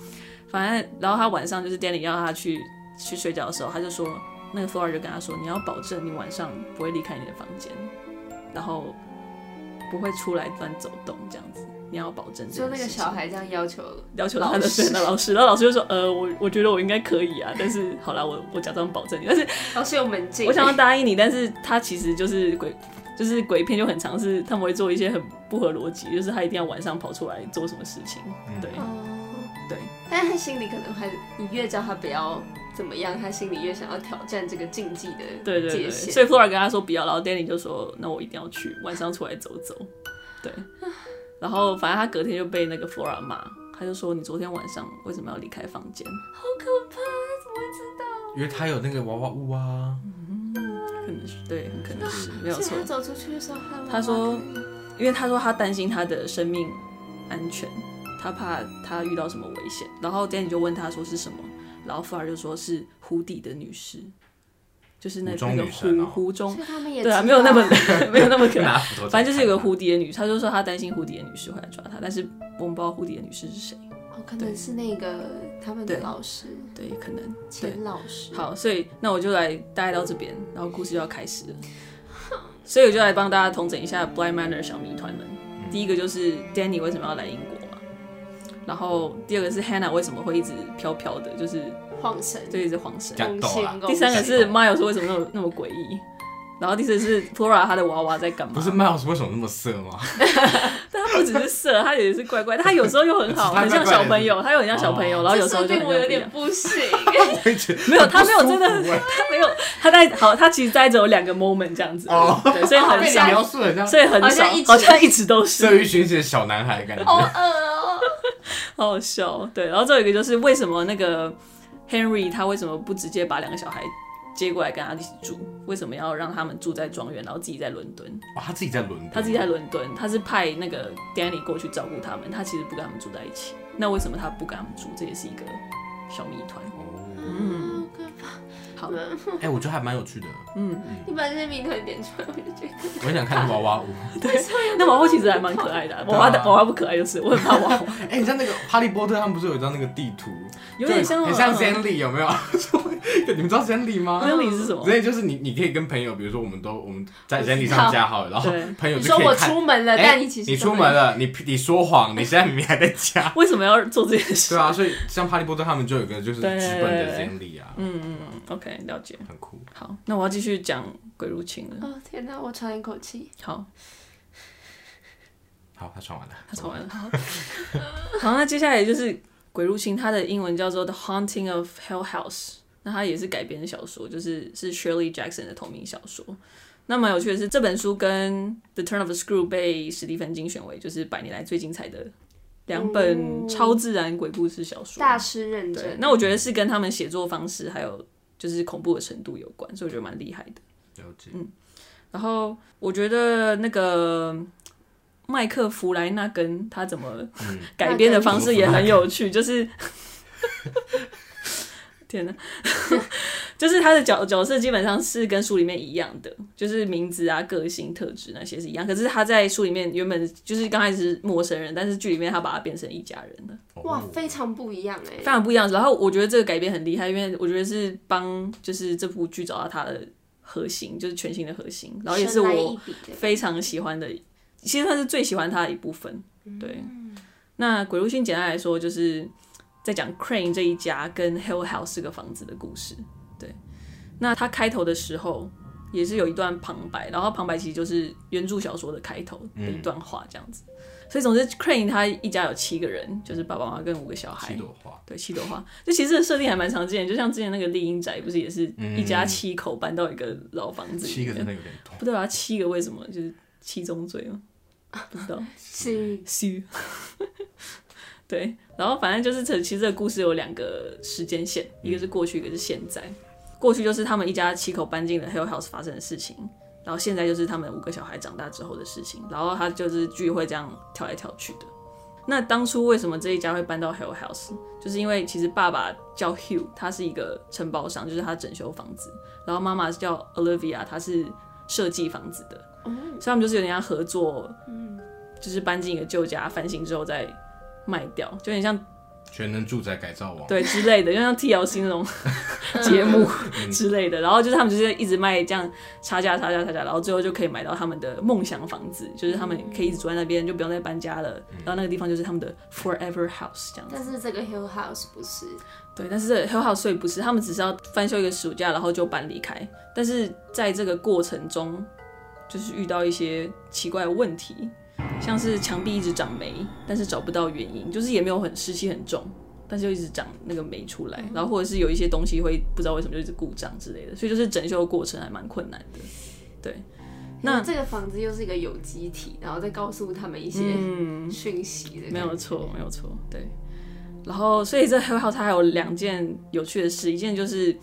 [SPEAKER 1] 反正然后他晚上就是 Danny 让他去去睡觉的时候，他就说那个 Flora 就跟他说你要保证你晚上不会离开你的房间，然后不会出来乱走动这样子，你要保证这
[SPEAKER 2] 就
[SPEAKER 1] 件
[SPEAKER 2] 那个
[SPEAKER 1] 事情
[SPEAKER 2] 小孩这样要求了，
[SPEAKER 1] 要求他的
[SPEAKER 2] 老师
[SPEAKER 1] 对那老师，然后老师就说，呃，我我觉得我应该可以啊，但是好啦，我我假装保证你，但是
[SPEAKER 2] 老师有门禁。
[SPEAKER 1] 哦我想要答应你，但是他其实就是鬼， 就是鬼片就很常是他们会做一些很不合逻辑，就是他一定要晚上跑出来做什么事情，
[SPEAKER 3] 嗯
[SPEAKER 1] 对
[SPEAKER 2] 哦，
[SPEAKER 1] 对，
[SPEAKER 2] 但是他心里可能还，你越叫他不要怎么样，他心里越想要挑战这个禁忌的
[SPEAKER 1] 对对
[SPEAKER 2] 界
[SPEAKER 1] 对，
[SPEAKER 2] 限。
[SPEAKER 1] 所以 Flora 跟他说不要，然后 Danny 就说那我一定要去，晚上出来走走。对，
[SPEAKER 2] 啊
[SPEAKER 1] 然后反正他隔天就被那个 Flora 骂，他就说你昨天晚上为什么要离开房间？
[SPEAKER 2] 好可怕，他怎么会知道？
[SPEAKER 3] 因为他有那个娃娃屋啊，
[SPEAKER 1] 可能是对，很可能是没有
[SPEAKER 2] 所
[SPEAKER 1] 错
[SPEAKER 2] 以他。走出去的时候，他
[SPEAKER 1] 他说因为他说他担心他的生命安全，他怕他遇到什么危险。然后 Danny 就问他说是什么，然后富尔就说是湖底的女尸，就是那
[SPEAKER 3] 湖中
[SPEAKER 1] 那个
[SPEAKER 3] 女神
[SPEAKER 1] 湖
[SPEAKER 3] 哦
[SPEAKER 1] 湖中
[SPEAKER 2] 所，以他们也
[SPEAKER 1] 对啊，
[SPEAKER 2] 知
[SPEAKER 1] 没有那么
[SPEAKER 2] 道
[SPEAKER 1] 没有那么可
[SPEAKER 3] 就
[SPEAKER 1] 爱。
[SPEAKER 3] 拿斧头。
[SPEAKER 1] 反正就是有个，蝴蝶女，他就说他担心蝴蝶女士会来抓他，但是我们不知道蝴蝶女士是谁，
[SPEAKER 2] 哦，可能是那个他们的
[SPEAKER 1] 对
[SPEAKER 2] 老师，
[SPEAKER 1] 对，可能对
[SPEAKER 2] 前老师。
[SPEAKER 1] 好，所以那我就来大概到这边，然后故事就要开始了。 所以我就来帮大家统整一下 Blind Manor 小谜团们。
[SPEAKER 3] 嗯
[SPEAKER 1] 第一个就是 Danny 为什么要来英国嘛，然后第二个是 Hannah 为什么会一直飘飘的，就是
[SPEAKER 2] 晃神，
[SPEAKER 1] 就一直晃神。
[SPEAKER 3] 假斗啦
[SPEAKER 2] 公公
[SPEAKER 1] 第三个是 Miles 为什么那么那么诡异，然后第四个是 Flora 她的娃娃在干嘛？
[SPEAKER 3] 不是，Miles 为什么那么色吗？
[SPEAKER 1] 但他不只是色，他也是怪怪，他有时候又很好，
[SPEAKER 3] 他
[SPEAKER 1] 很
[SPEAKER 3] 怪怪的哦
[SPEAKER 1] 像小朋友，他又很像小朋友，然后有时候
[SPEAKER 2] 这
[SPEAKER 1] 就
[SPEAKER 2] 设
[SPEAKER 1] 很啊像
[SPEAKER 2] 定我有
[SPEAKER 1] 不一样
[SPEAKER 2] 点不 行，
[SPEAKER 3] 我也觉得
[SPEAKER 1] 没有，他没有真的，
[SPEAKER 3] 很不舒服欸
[SPEAKER 1] 他没有，他在好，他其实待着有两个 moment 这样子，
[SPEAKER 3] 哦
[SPEAKER 1] 对，所以
[SPEAKER 2] 哦
[SPEAKER 1] 很
[SPEAKER 3] 被
[SPEAKER 2] 被
[SPEAKER 3] 你
[SPEAKER 1] 少
[SPEAKER 2] 人，家
[SPEAKER 3] 描述得很像
[SPEAKER 1] 所以很
[SPEAKER 2] 好
[SPEAKER 1] 少
[SPEAKER 2] 像一，直
[SPEAKER 1] 好像一直都
[SPEAKER 3] 色
[SPEAKER 1] 是，
[SPEAKER 3] 欲熏心的小男孩的感
[SPEAKER 2] 好恶
[SPEAKER 3] 觉。
[SPEAKER 2] 哦。
[SPEAKER 1] 好好笑哦。对，然后再有一个就是为什么那个 Henry 他为什么不直接把两个小孩接过来跟他一起住？为什么要让他们住在庄园，然后自己在伦敦？
[SPEAKER 3] 哇，他自己在伦敦，
[SPEAKER 1] 他自己在伦敦，他是派那个 Danny 过去照顾他们，他其实不跟他们住在一起。那为什么他不跟他们住？这也是一个小谜团。
[SPEAKER 3] 哦。
[SPEAKER 2] 嗯，
[SPEAKER 1] 好，
[SPEAKER 3] 哎，我觉得还蛮有趣的，
[SPEAKER 2] 你把这些谜团点出来，我就觉得
[SPEAKER 3] 我很想看娃娃屋。
[SPEAKER 1] 那娃娃其实还蛮可爱的啊、娃娃的
[SPEAKER 3] 对啊
[SPEAKER 1] 娃娃不可爱就是，我很怕娃娃。
[SPEAKER 3] 哎，你像那个哈利波特，他们不是有一张那个地图，
[SPEAKER 1] 有点像
[SPEAKER 3] 就
[SPEAKER 1] 那
[SPEAKER 3] 很
[SPEAKER 1] 种嗯
[SPEAKER 3] 像 Zenly 有没有？ 你们知道 Zenly 吗？
[SPEAKER 1] 婚礼是什么？
[SPEAKER 3] 所以就是你，你可以跟朋友，比如说我们都我们在人体上加好，然后
[SPEAKER 1] 对。
[SPEAKER 3] 朋友
[SPEAKER 2] 你
[SPEAKER 3] 就
[SPEAKER 2] 说
[SPEAKER 3] 可以
[SPEAKER 2] 我
[SPEAKER 3] 看。
[SPEAKER 2] 出门了，
[SPEAKER 3] 哎
[SPEAKER 2] 但你其实
[SPEAKER 3] 你
[SPEAKER 2] 都
[SPEAKER 3] 出
[SPEAKER 2] 没
[SPEAKER 3] 门了，你你说谎，你现在明 明还在家
[SPEAKER 1] 为什么要做这件事？
[SPEAKER 3] 对啊，所以像哈利波特他们就有一个就是
[SPEAKER 1] 对
[SPEAKER 3] 直奔的 Zenly 啊，
[SPEAKER 1] 嗯，OK，了解。
[SPEAKER 3] 很酷。
[SPEAKER 1] 好，那我要继续讲鬼入侵了。
[SPEAKER 2] 哦天哪，我喘一口气。
[SPEAKER 1] 好，
[SPEAKER 3] 好，他穿完了，
[SPEAKER 1] 他吵完了。好， 好，那接下来就是鬼入侵，它的英文叫做《The Haunting of Hell House》，那它也是改编小说，就是是 Shirley Jackson 的同名小说。那蛮有趣的是，这本书跟《The Turn of the Screw》被史蒂芬金选为就是百年来最精彩的两本
[SPEAKER 2] 嗯
[SPEAKER 1] 超自然鬼故事小说。
[SPEAKER 2] 大师认
[SPEAKER 1] 啊对，
[SPEAKER 2] 证，
[SPEAKER 1] 那我觉得是跟他们写作方式还有就是恐怖的程度有关，所以我觉得蛮厉害的。
[SPEAKER 3] 了解。
[SPEAKER 1] 然后我觉得那个麦克弗莱纳根他怎么改编的方式也很有趣，就是天哪， 就是他的角角色基本上是跟书里面一样的，就是名字啊、个性特质那些是一样，可是他在书里面原本就是刚开始是陌生人，但是剧里面他把他变成一家人了。
[SPEAKER 2] 哇，
[SPEAKER 3] 哦
[SPEAKER 2] 非常不一样
[SPEAKER 1] 非
[SPEAKER 2] 哎。
[SPEAKER 1] 常不一样。然后我觉得这个改编很厉害，因为我觉得是帮就是这部剧找到它的核心，就是全新的核心，然后也是
[SPEAKER 2] 神来
[SPEAKER 1] 我
[SPEAKER 2] 一笔的
[SPEAKER 1] 非常喜欢的，其实算是最喜欢它的一部分。对，那《鬼入侵》简单来说就是在讲 Crane 这一家跟 Hill House 这个房子的故事。对，那它开头的时候。也是有一段旁白，然后旁白其实就是原著小说的开头的一段话这样子，所以总之 Crane 他一家有七个人，就是爸爸妈妈跟五个小孩
[SPEAKER 3] 七，朵花，
[SPEAKER 1] 对，七朵花，就其实这个设定还蛮常见的，就像之前那个丽英宅，不是也是一家七口搬到一个老房子里
[SPEAKER 3] 嗯七个
[SPEAKER 1] 面？啊
[SPEAKER 3] 真的有点痛。
[SPEAKER 1] 不对吧？七个为什么就是七宗罪吗？不知道。
[SPEAKER 2] 是
[SPEAKER 1] 虚。 对，然后反正就是这，其实这个故事有两个时间线，一个是过去，一个是现在。过去就是他们一家七口搬进了 Hill House 发生的事情，然后现在就是他们五个小孩长大之后的事情。然后他就是聚会这样跳来跳去的。那当初为什么这一家会搬到 Hill House？就是因为其实爸爸叫 Hugh，他是一个承包商，就是他整修房子；然后妈妈是叫 Olivia，她是设计房子的，所以他们就是有点像合作，就是搬进一个旧家翻新之后再卖掉，就有点像
[SPEAKER 3] 全能住宅改造网，
[SPEAKER 1] 对之类的，就像 TLC 那种节目之类的。然后就是他们就是一直卖这样差价差价差价，然后最后就可以买到他们的梦想房子，就是他们可以一直住在那边，就不用再搬家了。然后那个地方就是他们的 forever house 这样子。
[SPEAKER 2] 但是这个 Hill House 不是，
[SPEAKER 1] 对，但是这个 Hill House 所以不是，他们只是要翻修一个暑假，然后就搬离开。但是在这个过程中，就是遇到一些奇怪的问题，像是墙壁一直长霉，但是找不到原因，就是也没有很湿气很重，但是就一直长那个霉出来。然后或者是有一些东西会不知道为什么就一直故障之类的，所以就是整修的过程还蛮困难的。对，那
[SPEAKER 2] 这个房子又是一个有机体，然后再告诉他们一些
[SPEAKER 1] 嗯，
[SPEAKER 2] 讯息的，
[SPEAKER 1] 没有错，没有错，对。然后，所以这 Hill House 它还有两件有趣的事，一件就是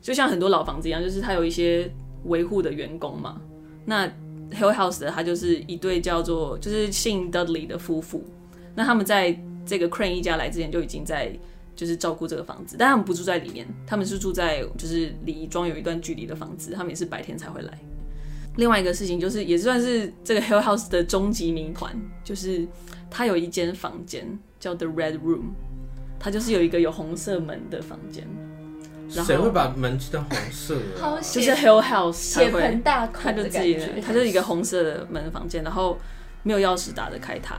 [SPEAKER 1] 就像很多老房子一样，就是它有一些维护的员工嘛。那 Hill House 的它就是一对叫做就是姓 Dudley 的夫妇，那他们在这个 Crane 一家来之前就已经在就是照顾这个房子，但他们不住在里面，他们是住在就是离庄有一段距离的房子，他们也是白天才会来。另外一个事情就是，也算是这个 Hill House 的终极谜团，就是它有一间房间叫 The Red Room，它就是有一个有红色门的房间，然后
[SPEAKER 4] 谁会把门漆成红色啊？
[SPEAKER 2] 好
[SPEAKER 1] 就
[SPEAKER 2] 血
[SPEAKER 1] 是 Hill House 才
[SPEAKER 2] 血
[SPEAKER 1] 会
[SPEAKER 2] 盆大口
[SPEAKER 1] 他就
[SPEAKER 2] 的
[SPEAKER 1] 自
[SPEAKER 2] 感
[SPEAKER 1] 己
[SPEAKER 2] 觉，，
[SPEAKER 1] 他就是一个红色的门房间，然后没有钥匙打得开它，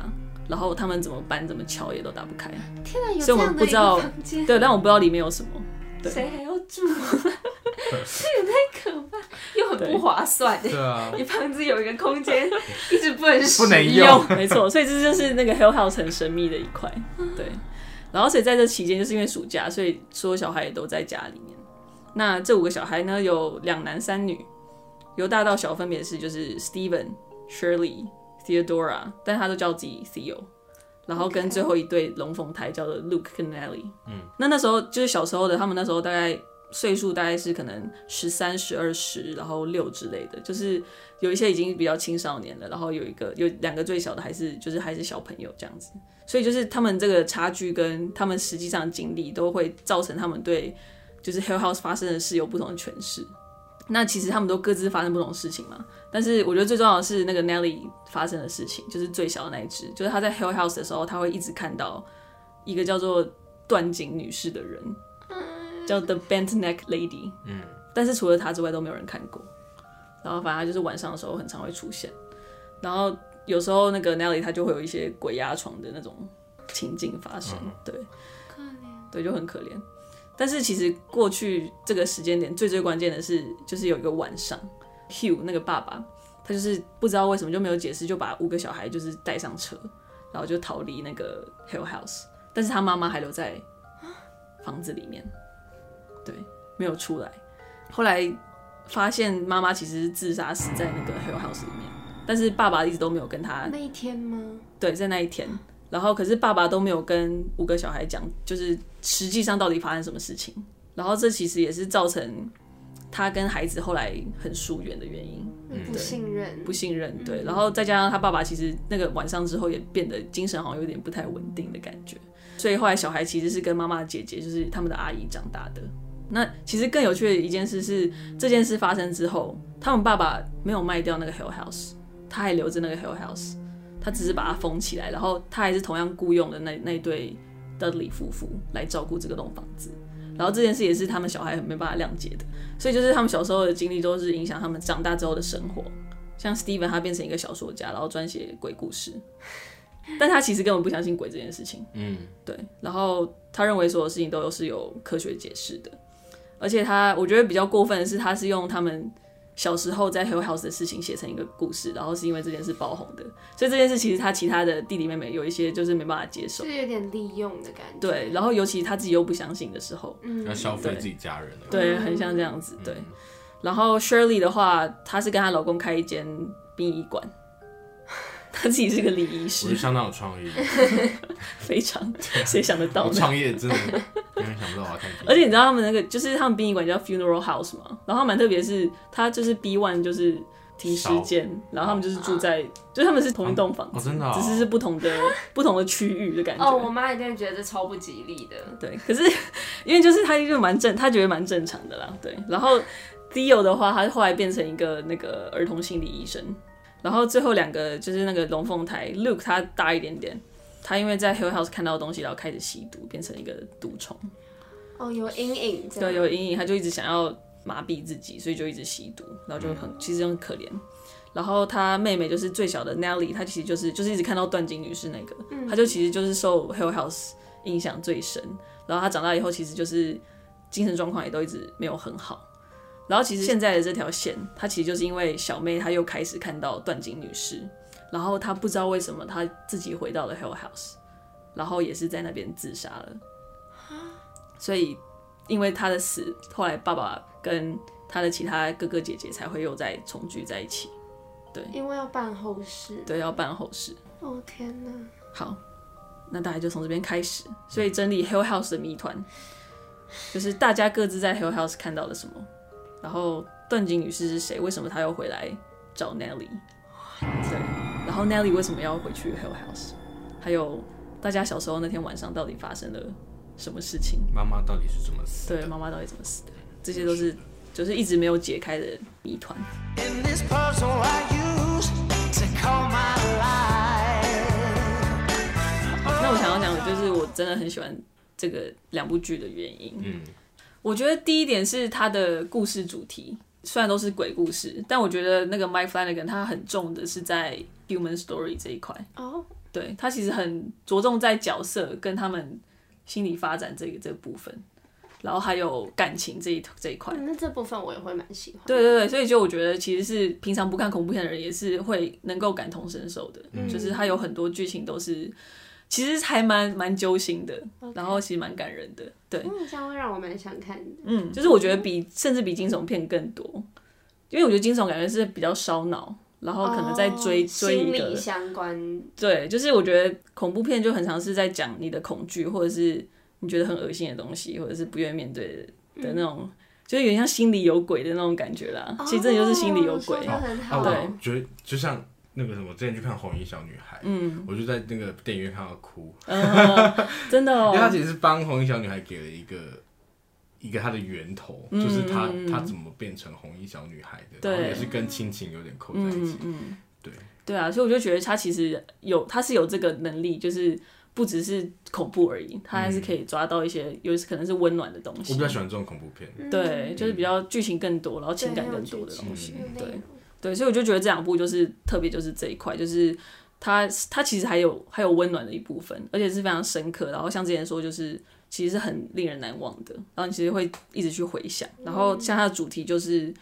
[SPEAKER 1] 然后他们怎么搬怎么敲也都打不开。
[SPEAKER 2] 天哪，有
[SPEAKER 1] 所
[SPEAKER 2] 这
[SPEAKER 1] 以我
[SPEAKER 2] 样
[SPEAKER 1] 们
[SPEAKER 2] 的
[SPEAKER 1] 不
[SPEAKER 2] 一
[SPEAKER 1] 知道
[SPEAKER 2] 个房 间，
[SPEAKER 1] 对，但我不知道里面有什么。对
[SPEAKER 2] 谁还要住？啊 这也太可怕，又很
[SPEAKER 1] 对
[SPEAKER 2] 不划算。
[SPEAKER 4] 对啊，
[SPEAKER 2] 你房子有一个空间，一直不能
[SPEAKER 3] 不能
[SPEAKER 2] 使
[SPEAKER 3] 用
[SPEAKER 1] 没错，所以这就是那个 Hill House 很神秘的一块。对，然后所以在这期间，就是因为暑假，所以所有小孩也都在家里面。那这五个小孩呢，有两男三女，由大到小分别是就是 Steven、Shirley、Theodora，但他都叫自己 Theo。然后跟
[SPEAKER 2] OK
[SPEAKER 1] 最后一对龙凤胎叫做 Luke 跟 Nelly。嗯，那那时候就是小时候的，他们那时候大概岁数大概是可能十三、十二、十，然后六之类的，就是有一些已经比较青少年了，然后有一个有两个最小的还是就是还是小朋友这样子，所以就是他们这个差距跟他们实际上的经历都会造成他们对就是 Hill House 发生的事有不同的诠释。那其实他们都各自发生不同的事情嘛，但是我觉得最重要的是那个 Nelly 发生的事情，就是最小的那一只，就是她在 Hill House 的时候，她会一直看到一个叫做段锦女士的人，叫 The Bent Neck Lady，嗯，但是除了她之外都没有人看过。然后反正她就是晚上的时候很常会出现，然后有时候那个 Nelly 她就会有一些鬼压床的那种情境发生，对，对，就很可怜。但是其实过去这个时间点最最关键的是，就是有一个晚上，Hugh 那个爸爸，他就是不知道为什么就没有解释，就把五个小孩就是带上车，然后就逃离那个 Hill House，但是他妈妈还留在房子里面，对，没有出来。后来发现妈妈其实是自杀死在那个 Hill House 里面，但是爸爸一直都没有跟他
[SPEAKER 2] 那一天吗？
[SPEAKER 1] 对，在那一天，然后可是爸爸都没有跟五个小孩讲，就是实际上到底发生什么事情。然后这其实也是造成他跟孩子后来很疏远的原因，
[SPEAKER 2] 不信任
[SPEAKER 1] 嗯不，信任。对，然后再加上他爸爸其实那个晚上之后也变得精神好像有点不太稳定的感觉，所以后来小孩其实是跟妈妈的姐姐，就是他们的阿姨长大的。那其实更有趣的一件事是，这件事发生之后，他们爸爸没有卖掉那个 Hill House，他还留着那个 Hill House，他只是把它封起来，然后他还是同样雇佣的那那对 Dudley 夫妇来照顾这个栋房子。然后这件事也是他们小孩很没办法谅解的，所以就是他们小时候的经历都是影响他们长大之后的生活。像 Steven 他变成一个小说家，然后专写鬼故事，但他其实根本不相信鬼这件事情。
[SPEAKER 4] 嗯，
[SPEAKER 1] 对，然后他认为所有事情都是有科学解释的，而且他我觉得比较过分的是，他是用他们小时候在 Hill House 的事情写成一个故事，然后是因为这件事爆红的，所以这件事其实他其他的弟弟妹妹有一些就是没办法接受
[SPEAKER 2] 就，是有点利用的感觉。
[SPEAKER 1] 对，然后尤其他自己又不相信的时候，
[SPEAKER 3] 要
[SPEAKER 2] 嗯，
[SPEAKER 3] 消费自己家人了。
[SPEAKER 1] 对，很像这样子，对。然后 Shirley 的话，她是跟她老公开一间殡仪馆，他自己是个礼仪
[SPEAKER 4] 我觉得
[SPEAKER 1] 师，
[SPEAKER 4] 相当有创意，
[SPEAKER 1] 非 常谁想得到
[SPEAKER 3] 啊我
[SPEAKER 1] 呢？
[SPEAKER 3] 创业真的永远想不到我要看电影。
[SPEAKER 1] 而且你知道他们那个就是他们殡仪馆叫 funeral house 嘛，然后它蛮特别的是，它就是 B one 就是停尸间，然后他们就是住在，就是他们是同一栋房
[SPEAKER 3] 哦，
[SPEAKER 1] 子，
[SPEAKER 3] 真的、啊哦，
[SPEAKER 1] 只是是不同的不同的区域的感觉。嗯
[SPEAKER 2] 哦，我妈一定觉得超不吉利的。
[SPEAKER 1] 对，可是因为就是他就蛮正，他觉得蛮正常的啦，对。然后 Theo 的话，他后来变成一个那个儿童心理医生。然后最后两个就是那个龙凤胎 Luke，他大一点点，他因为在 Hill House 看到东西，然后开始吸毒，变成一个毒虫，
[SPEAKER 2] 哦，有阴影，这样
[SPEAKER 1] 对，有阴影，他就一直想要麻痹自己，所以就一直吸毒，然后就很其实很可怜。然后他妹妹就是最小的 Nelly，她其实就是就是一直看到断金女士那个，
[SPEAKER 2] 嗯
[SPEAKER 1] 她就其实就是受 Hill House 影响最深。然后她长大以后，其实就是精神状况也都一直没有很好。然后其实现在的这条线，她其实就是因为小妹她又开始看到断金女士，然后她不知道为什么她自己回到了 Hill House，然后也是在那边自杀了。
[SPEAKER 2] 啊
[SPEAKER 1] 所以因为她的死，后来爸爸跟她的其他哥哥姐姐才会又再重聚在一起。
[SPEAKER 2] 因为要办后事。
[SPEAKER 1] 对，要办后事。
[SPEAKER 2] 哦天哪！
[SPEAKER 1] 好，那大家就从这边开始。所以整理 Hill House 的谜团，就是大家各自在 Hill House 看到了什么，然后段锦女士是谁？为什么她又回来找 Nelly？对，然后 Nelly 为什么要回去 Hill House？还有大家小时候那天晚上到底发生了什么事情？
[SPEAKER 4] 妈妈到底是怎么死？
[SPEAKER 1] 对，妈妈到底怎么死的？这些都是就是一直没有解开的谜团。
[SPEAKER 5] In this puzzle I use to call my life.
[SPEAKER 1] 那我想要讲的就是，我真的很喜欢这个两部剧的原因。嗯，我觉得第一点是它的故事主题，虽然都是鬼故事，但我觉得那个 Mike Flanagan 他很重的是在 human story 这一块。
[SPEAKER 2] 哦，
[SPEAKER 1] 对他其实很着重在角色跟他们心理发展这个这个部分，然后还有感情这一这一块。
[SPEAKER 2] 那这部分我也会蛮喜欢。
[SPEAKER 1] 嗯对对对，所以就我觉得其实是平常不看恐怖片的人也是会能够感同身受的，
[SPEAKER 2] 嗯
[SPEAKER 1] 就是它有很多剧情都是其实还蛮蛮揪心的然后其实蛮感人的，对，
[SPEAKER 2] 嗯，这样会让我蛮想看的。
[SPEAKER 1] 嗯，就是我觉得比甚至比惊悚片更多，因为我觉得惊悚感觉是比较烧脑，然后可能在追、
[SPEAKER 2] 哦
[SPEAKER 1] 追一
[SPEAKER 2] 心
[SPEAKER 1] 个
[SPEAKER 2] 理相关，
[SPEAKER 1] 对，就是我觉得恐怖片就很常是在讲你的恐惧，或者是你觉得很恶心的东西，或者是不愿意面对的的那种，就是有点像心里有鬼的那种感觉啦。啊
[SPEAKER 2] 哦
[SPEAKER 1] 其实真的就是心里有鬼。
[SPEAKER 2] 哦说得很
[SPEAKER 3] 啊，
[SPEAKER 2] 好。
[SPEAKER 1] 对
[SPEAKER 3] 我觉得就像那个什么，之前去看《红衣小女孩》，嗯，我就在那个电影院看到哭，
[SPEAKER 1] 真的
[SPEAKER 3] 因为他
[SPEAKER 1] 哦，
[SPEAKER 3] 其实是帮《红衣小女孩》给了一个一个她的源头，就是她她怎么变成红衣小女孩的，
[SPEAKER 1] 嗯对嗯
[SPEAKER 3] 然后也是跟亲情有点扣在一起，对，
[SPEAKER 1] 对啊，所以我就觉得他其实有，他是有这个能力，就是不只是恐怖而已，他还是可以抓到一些有可能是温暖的嗯东
[SPEAKER 3] 嗯我
[SPEAKER 1] 西
[SPEAKER 3] 比。较喜欢这种恐怖片，
[SPEAKER 2] 嗯
[SPEAKER 1] 对，就是比较剧情更多，然后情感
[SPEAKER 2] 对
[SPEAKER 1] 更多的东西。，
[SPEAKER 2] 很有
[SPEAKER 1] 对
[SPEAKER 2] 剧情有内容嗯
[SPEAKER 1] 对，所以我就觉得这两部就是特别就是这一块，就是它它其实还有还有温暖的一部分，而且是非常深刻。然后像之前说，就是其实是很令人难忘的，然后你其实会一直去回想。然后像它的主题就是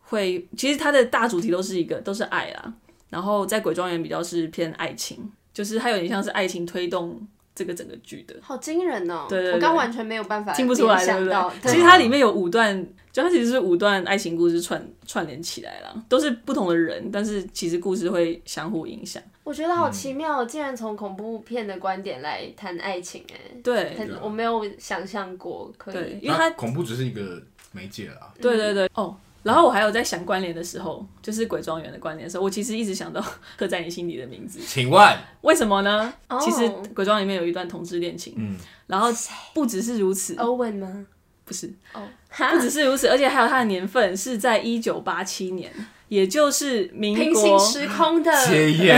[SPEAKER 1] 会，其实它的大主题都是一个都是爱啦。然后在《鬼庄园》比较是偏爱情，就是它有点像是爱情推动这个整个剧的。
[SPEAKER 2] 好惊人哦！
[SPEAKER 1] 对对对
[SPEAKER 2] 我刚完全没有办法
[SPEAKER 1] 听不出来，
[SPEAKER 2] 联
[SPEAKER 1] 对不
[SPEAKER 2] 想
[SPEAKER 1] 对
[SPEAKER 2] 到。？
[SPEAKER 1] 其实它里面有五段，就它其实是五段爱情故事串串联起来了，都是不同的人，但是其实故事会相互影响。
[SPEAKER 2] 我觉得好奇妙
[SPEAKER 1] 嗯
[SPEAKER 2] 哦，竟然从恐怖片的观点来谈爱情，哎，
[SPEAKER 1] 对啊
[SPEAKER 2] 很我没有想象过可
[SPEAKER 1] 对，
[SPEAKER 2] 以。
[SPEAKER 1] 因为它
[SPEAKER 3] 啊恐怖只是一个媒介啦，
[SPEAKER 1] 对对对哦。然后我还有在想关联的时候，就是鬼庄园的关联的时候，我其实一直想到刻在你心底的名字，
[SPEAKER 3] 请问
[SPEAKER 1] 为什么呢
[SPEAKER 2] 哦
[SPEAKER 1] 其实鬼庄园里面有一段同志恋情，
[SPEAKER 3] 嗯
[SPEAKER 1] 然后不只是如此，
[SPEAKER 2] Owen 吗？
[SPEAKER 1] 不是，
[SPEAKER 2] 哦，
[SPEAKER 1] 不只是如此，而且还有它的年份是在一九八七年，也就是民
[SPEAKER 2] 平
[SPEAKER 1] 国
[SPEAKER 2] 行时空的
[SPEAKER 1] 呃
[SPEAKER 3] 结业，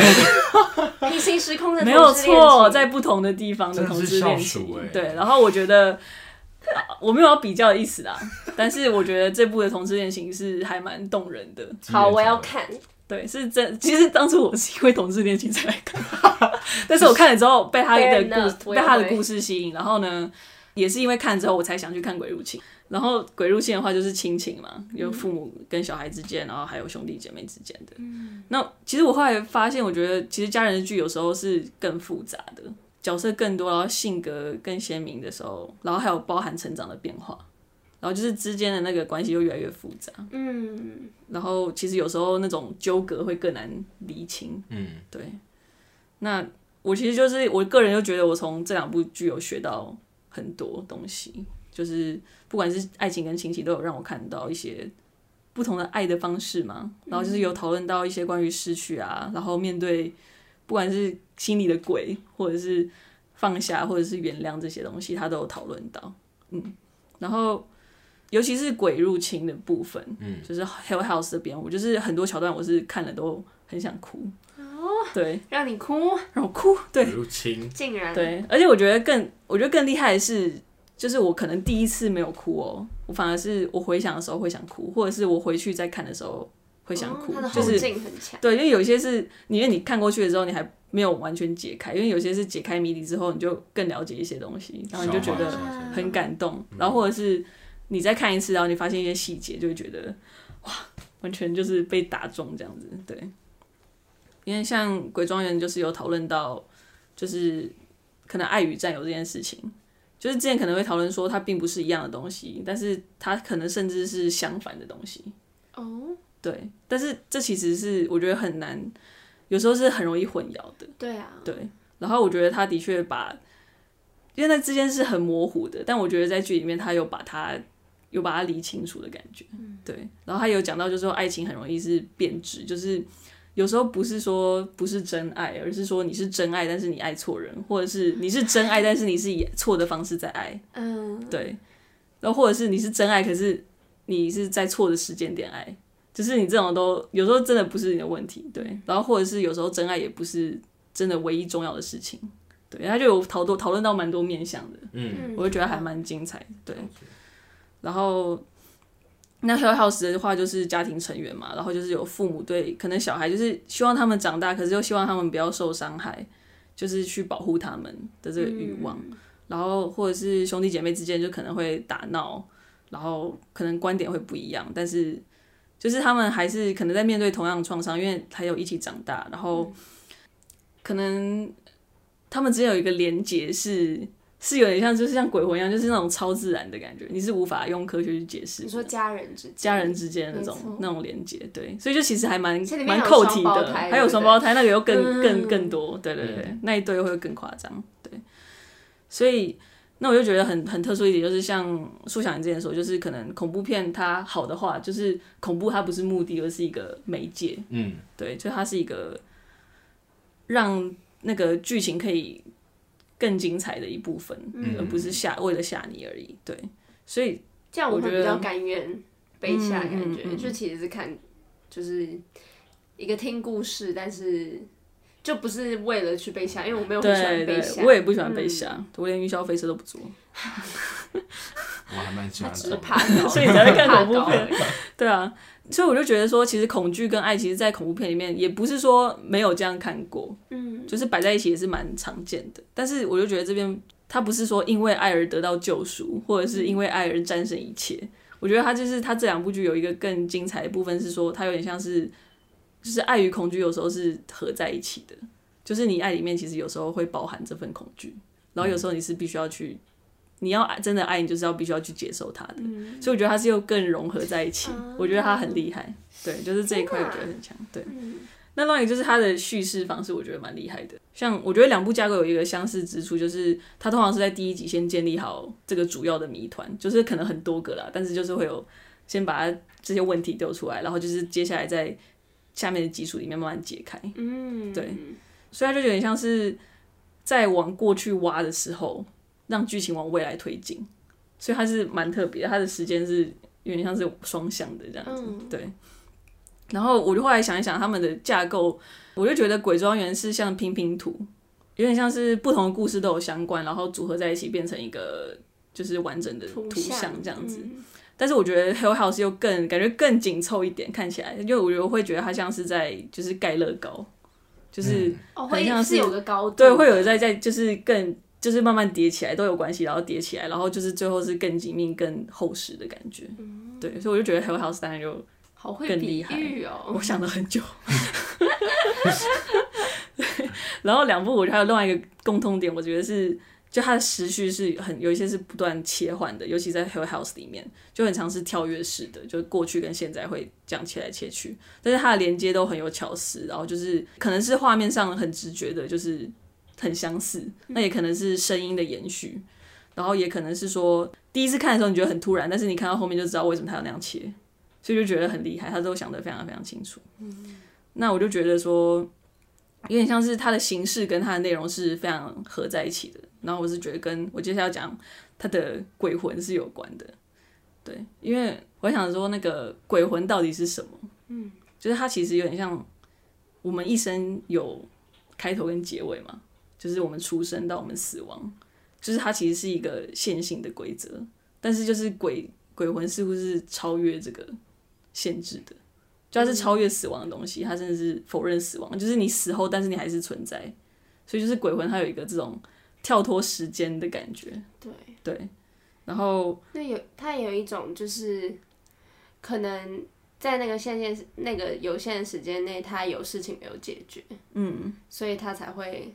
[SPEAKER 2] 平行时空的
[SPEAKER 1] 没有
[SPEAKER 2] 同志恋
[SPEAKER 1] 错，
[SPEAKER 2] 情
[SPEAKER 1] 在不同的地方的
[SPEAKER 3] 真的
[SPEAKER 1] 同
[SPEAKER 3] 是
[SPEAKER 1] 志恋
[SPEAKER 3] 校
[SPEAKER 1] 情
[SPEAKER 3] 属，欸
[SPEAKER 1] 对。然后我觉得、啊我没有要比较的意思啦，但是我觉得这部的同志恋情是还蛮动人的，
[SPEAKER 2] 好，我要看。
[SPEAKER 1] 对，是真。其实当初我是因为同志恋情才来看， 但是我看了之后被他的
[SPEAKER 2] Fair
[SPEAKER 1] 故
[SPEAKER 2] enough，
[SPEAKER 1] 事
[SPEAKER 2] 我
[SPEAKER 1] 被
[SPEAKER 2] 也
[SPEAKER 1] 他的
[SPEAKER 2] 会
[SPEAKER 1] 故事吸引，然后呢，也是因为看了之后我才想去看《鬼入侵》。然后《鬼入侵》的话就是亲情嘛，
[SPEAKER 2] 嗯
[SPEAKER 1] 有父母跟小孩之间，然后还有兄弟姐妹之间的。
[SPEAKER 2] 嗯
[SPEAKER 1] 那其实我后来发现，我觉得其实家人的剧有时候是更复杂的，角色更多，然后性格更鲜明的时候，然后还有包含成长的变化。然后就是之间的那个关系就越来越复杂，
[SPEAKER 2] 嗯，
[SPEAKER 1] 然后其实有时候那种纠葛会更难厘清。
[SPEAKER 3] 嗯，
[SPEAKER 1] 对，那我其实就是我个人就觉得我从这两部剧有学到很多东西，就是不管是爱情跟亲情，都有让我看到一些不同的爱的方式嘛。然后就是有讨论到一些关于失去啊，然后面对不管是心里的鬼，或者是放下，或者是原谅这些东西，他都有讨论到。嗯，然后。尤其是鬼入侵的部分，嗯，就是 Hell House 这边，我就是很多桥段，我是看了都很想哭。哦，对，
[SPEAKER 2] 让你哭，
[SPEAKER 1] 然后哭， 对
[SPEAKER 3] 入
[SPEAKER 1] 嗯
[SPEAKER 3] 侵，
[SPEAKER 2] 竟然，
[SPEAKER 1] 对，而且我觉得更，我觉得更厉害的是，就是我可能第一次没有哭哦，我反而是我回想的时候会想哭，或者是我回去再看的时候会想哭，
[SPEAKER 2] 哦他的
[SPEAKER 1] 就
[SPEAKER 2] 后
[SPEAKER 1] 是
[SPEAKER 2] 劲很强，
[SPEAKER 1] 对，因为有些是你因为你看过去的时候你还没有完全解开，因为有些是解开谜底之后你就更了解一些东西，然后你就觉
[SPEAKER 3] 消化
[SPEAKER 1] 得
[SPEAKER 3] 消化
[SPEAKER 1] 很感动，然后或者是你再看一次，然后你发现一些细节，就会觉得哇，完全就是被打中这样子，对。因为像《鬼庄园》就是有讨论到，就是可能爱与占有这件事情，就是之前可能会讨论说它并不是一样的东西，但是它可能甚至是相反的东西。
[SPEAKER 2] 哦，
[SPEAKER 1] 对，但是这其实是我觉得很难，有时候是很容易混淆的。
[SPEAKER 2] 对啊，
[SPEAKER 1] 对，然后我觉得他的确把，因为那之间是很模糊的，但我觉得在剧里面他有把它有把它理清楚的感觉。对，然后他有讲到，就是说爱情很容易是变质，就是有时候不是说不是真爱，而是说你是真爱，但是你爱错人，或者是你是真爱，但是你是以错的方式在爱。
[SPEAKER 2] 嗯，
[SPEAKER 1] 对，然后或者是你是真爱，可是你是在错的时间点爱，就是你这种都有时候真的不是你的问题，对。然后或者是有时候真爱也不是真的唯一重要的事情，对。他就有讨论讨论到蛮多面向的，
[SPEAKER 4] 嗯，
[SPEAKER 1] 我就觉得还蛮精彩的，对。然后那 Hill House 的话就是家庭成员嘛，然后就是有父母对可能小孩就是希望他们长大，可是又希望他们不要受伤害，就是去保护他们的这个欲望。然后或者是兄弟姐妹之间就可能会打闹，然后可能观点会不一样，但是就是他们还是可能在面对同样的创伤，因为还有一起长大，然后可能他们之间有一个连结是。是有点像，就是像鬼魂一样，就是那种超自然的感觉，你是无法用科学去解释的。
[SPEAKER 2] 你说家人之间
[SPEAKER 1] 家人之间的那种
[SPEAKER 2] 没错
[SPEAKER 1] 那种连接，对，所以就其实还蛮
[SPEAKER 2] 所以里面
[SPEAKER 1] 蛮
[SPEAKER 2] 还有
[SPEAKER 1] 扣题
[SPEAKER 2] 双
[SPEAKER 1] 的
[SPEAKER 2] 胞，胎
[SPEAKER 1] 还有
[SPEAKER 2] 对不
[SPEAKER 1] 双
[SPEAKER 2] 对
[SPEAKER 1] 胞胎那个又更更
[SPEAKER 2] 嗯
[SPEAKER 1] 更多，对对对，那一对会更夸张，对，所以那我就觉得很很特殊一点，就是像苏小妍之前说，就是可能恐怖片它好的话，就是恐怖它不是目的，而是一个媒介，
[SPEAKER 3] 嗯，
[SPEAKER 1] 对，就它是一个让那个剧情可以更精彩的一部分，
[SPEAKER 2] 嗯
[SPEAKER 1] 而不是吓为了吓你而已，对，所以
[SPEAKER 2] 这样我
[SPEAKER 1] 我
[SPEAKER 2] 会
[SPEAKER 1] 觉得
[SPEAKER 2] 比较甘愿背下的感觉，
[SPEAKER 1] 嗯嗯嗯
[SPEAKER 2] 就其实是看就是一个听故事，但是就不是为了去背下，因为我没有很喜
[SPEAKER 1] 对
[SPEAKER 2] 欢嗯背
[SPEAKER 1] 对
[SPEAKER 2] 下，，
[SPEAKER 1] 我也不喜欢被吓，我连云霄飞车都不做。
[SPEAKER 3] 我还蛮喜欢
[SPEAKER 2] 只
[SPEAKER 3] 这
[SPEAKER 2] 是
[SPEAKER 3] 种
[SPEAKER 2] 怕 高，
[SPEAKER 1] 所以你才会看恐怖
[SPEAKER 2] 怕高
[SPEAKER 1] 片。对啊，所以我就觉得说，其实恐惧跟爱，其实，在恐怖片里面也不是说没有这样看过，
[SPEAKER 2] 嗯，
[SPEAKER 1] 就是摆在一起也是蛮常见的。但是我就觉得这边他不是说因为爱而得到救赎，或者是因为爱而战胜一切。我觉得他就是他这两部剧有一个更精彩的部分是说，他有点像是就是爱与恐惧有时候是合在一起的，就是你爱里面其实有时候会包含这份恐惧，然后有时候你是必须要去。你要爱真的爱，你就是要必须要去接受它的，所以我觉得它是又更融合在一起，我觉得它很厉害，对，就是这一块我觉得很强，对。那另外一个就是它的叙事方式，我觉得蛮厉害的。像我觉得两部架构有一个相似之处，就是它通常是在第一集先建立好这个主要的谜团，就是可能很多个啦，但是就是会有先把它这些问题丢出来，然后就是接下来在下面的基础里面慢慢解开。
[SPEAKER 2] 嗯，
[SPEAKER 1] 对，所以它就有点像是在往过去挖的时候，让剧情往未来推进，所以它是蛮特别的，它的时间是有点像是双向的这样子，
[SPEAKER 2] 嗯
[SPEAKER 1] 对。然后我就后来想一想，他们的架构，我就觉得《鬼庄园》是像拼拼图，有点像是不同的故事都有相关，然后组合在一起变成一个就是完整的
[SPEAKER 2] 图
[SPEAKER 1] 图像这样子。
[SPEAKER 2] 嗯
[SPEAKER 1] 但是我觉得 Hill House 又更感觉更紧凑一点，看起来，因为我觉得我会觉得它像是在就是盖乐高，就是、
[SPEAKER 2] 哦，
[SPEAKER 1] 很
[SPEAKER 2] 会
[SPEAKER 1] 像是
[SPEAKER 2] 有个高度，
[SPEAKER 1] 对，会有在在就是更就是慢慢叠起来都有关系，然后叠起来，然后就是最后是更紧密、更厚实的感觉。
[SPEAKER 2] 嗯
[SPEAKER 1] 对，所以我就觉得 Hill House 当然就
[SPEAKER 2] 好会
[SPEAKER 1] 更
[SPEAKER 2] 比
[SPEAKER 1] 厉害
[SPEAKER 2] 喻哦
[SPEAKER 1] 我，想了很久。然后两部我觉得还有另外一个共通点，我觉得是就它的时序是很有一些是不断切换的，尤其在 Hill House 里面就很常是跳跃式的，就是过去跟现在会这样切来切去，但是它的连接都很有巧思，然后就是可能是画面上很直觉的，就是很相似，那也可能是声音的延续。然后也可能是说，第一次看的时候你觉得很突然，但是你看到后面就知道为什么他要那样切，所以就觉得很厉害，他都想得非常非常清楚。那我就觉得说，有点像是它的形式跟它的内容是非常合在一起的。然后我是觉得跟我接下来要讲它的鬼魂是有关的，对，因为我想说那个鬼魂到底是什么？嗯，就是它其实有点像我们一生有开头跟结尾嘛，就是我们出生到我们死亡，就是它其实是一个线性的规则，但是就是鬼鬼魂似乎是超越这个限制的。就它是超越死亡的东西，它甚至是否认死亡，就是你死后，但是你还是存在，所以就是鬼魂它有一个这种跳脱时间的感觉，
[SPEAKER 2] 对，
[SPEAKER 1] 对。然后
[SPEAKER 2] 那有它有一种就是可能在那个限限那个有限的时间内，他有事情没有解决，
[SPEAKER 1] 嗯，
[SPEAKER 2] 所以他才会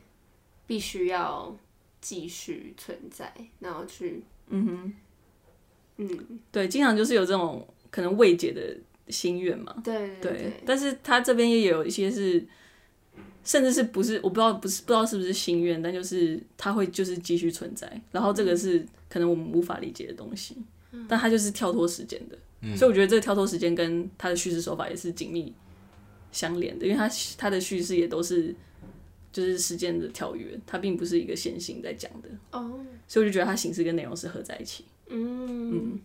[SPEAKER 2] 必须要继续存在，然后去嗯哼嗯
[SPEAKER 1] 对，经常就是有这种可能未解的心愿嘛，
[SPEAKER 2] 对对
[SPEAKER 1] 哦对，但是他这边也有一些是，甚至是不是我不知道不是不知道是不是心愿，但就是他会就是继续存在，然后这
[SPEAKER 2] 嗯
[SPEAKER 1] 个是可能我们无法理解的东西，但他就是跳脱时间的，所以我觉得这个跳脱时间跟他的叙事手法也是紧密相连的，因为他他的叙事也都是就是时间的跳跃，它并不是一个线性在讲的，
[SPEAKER 2] 哦
[SPEAKER 1] 所以我就觉得它形式跟内容是合在一起。
[SPEAKER 2] 嗯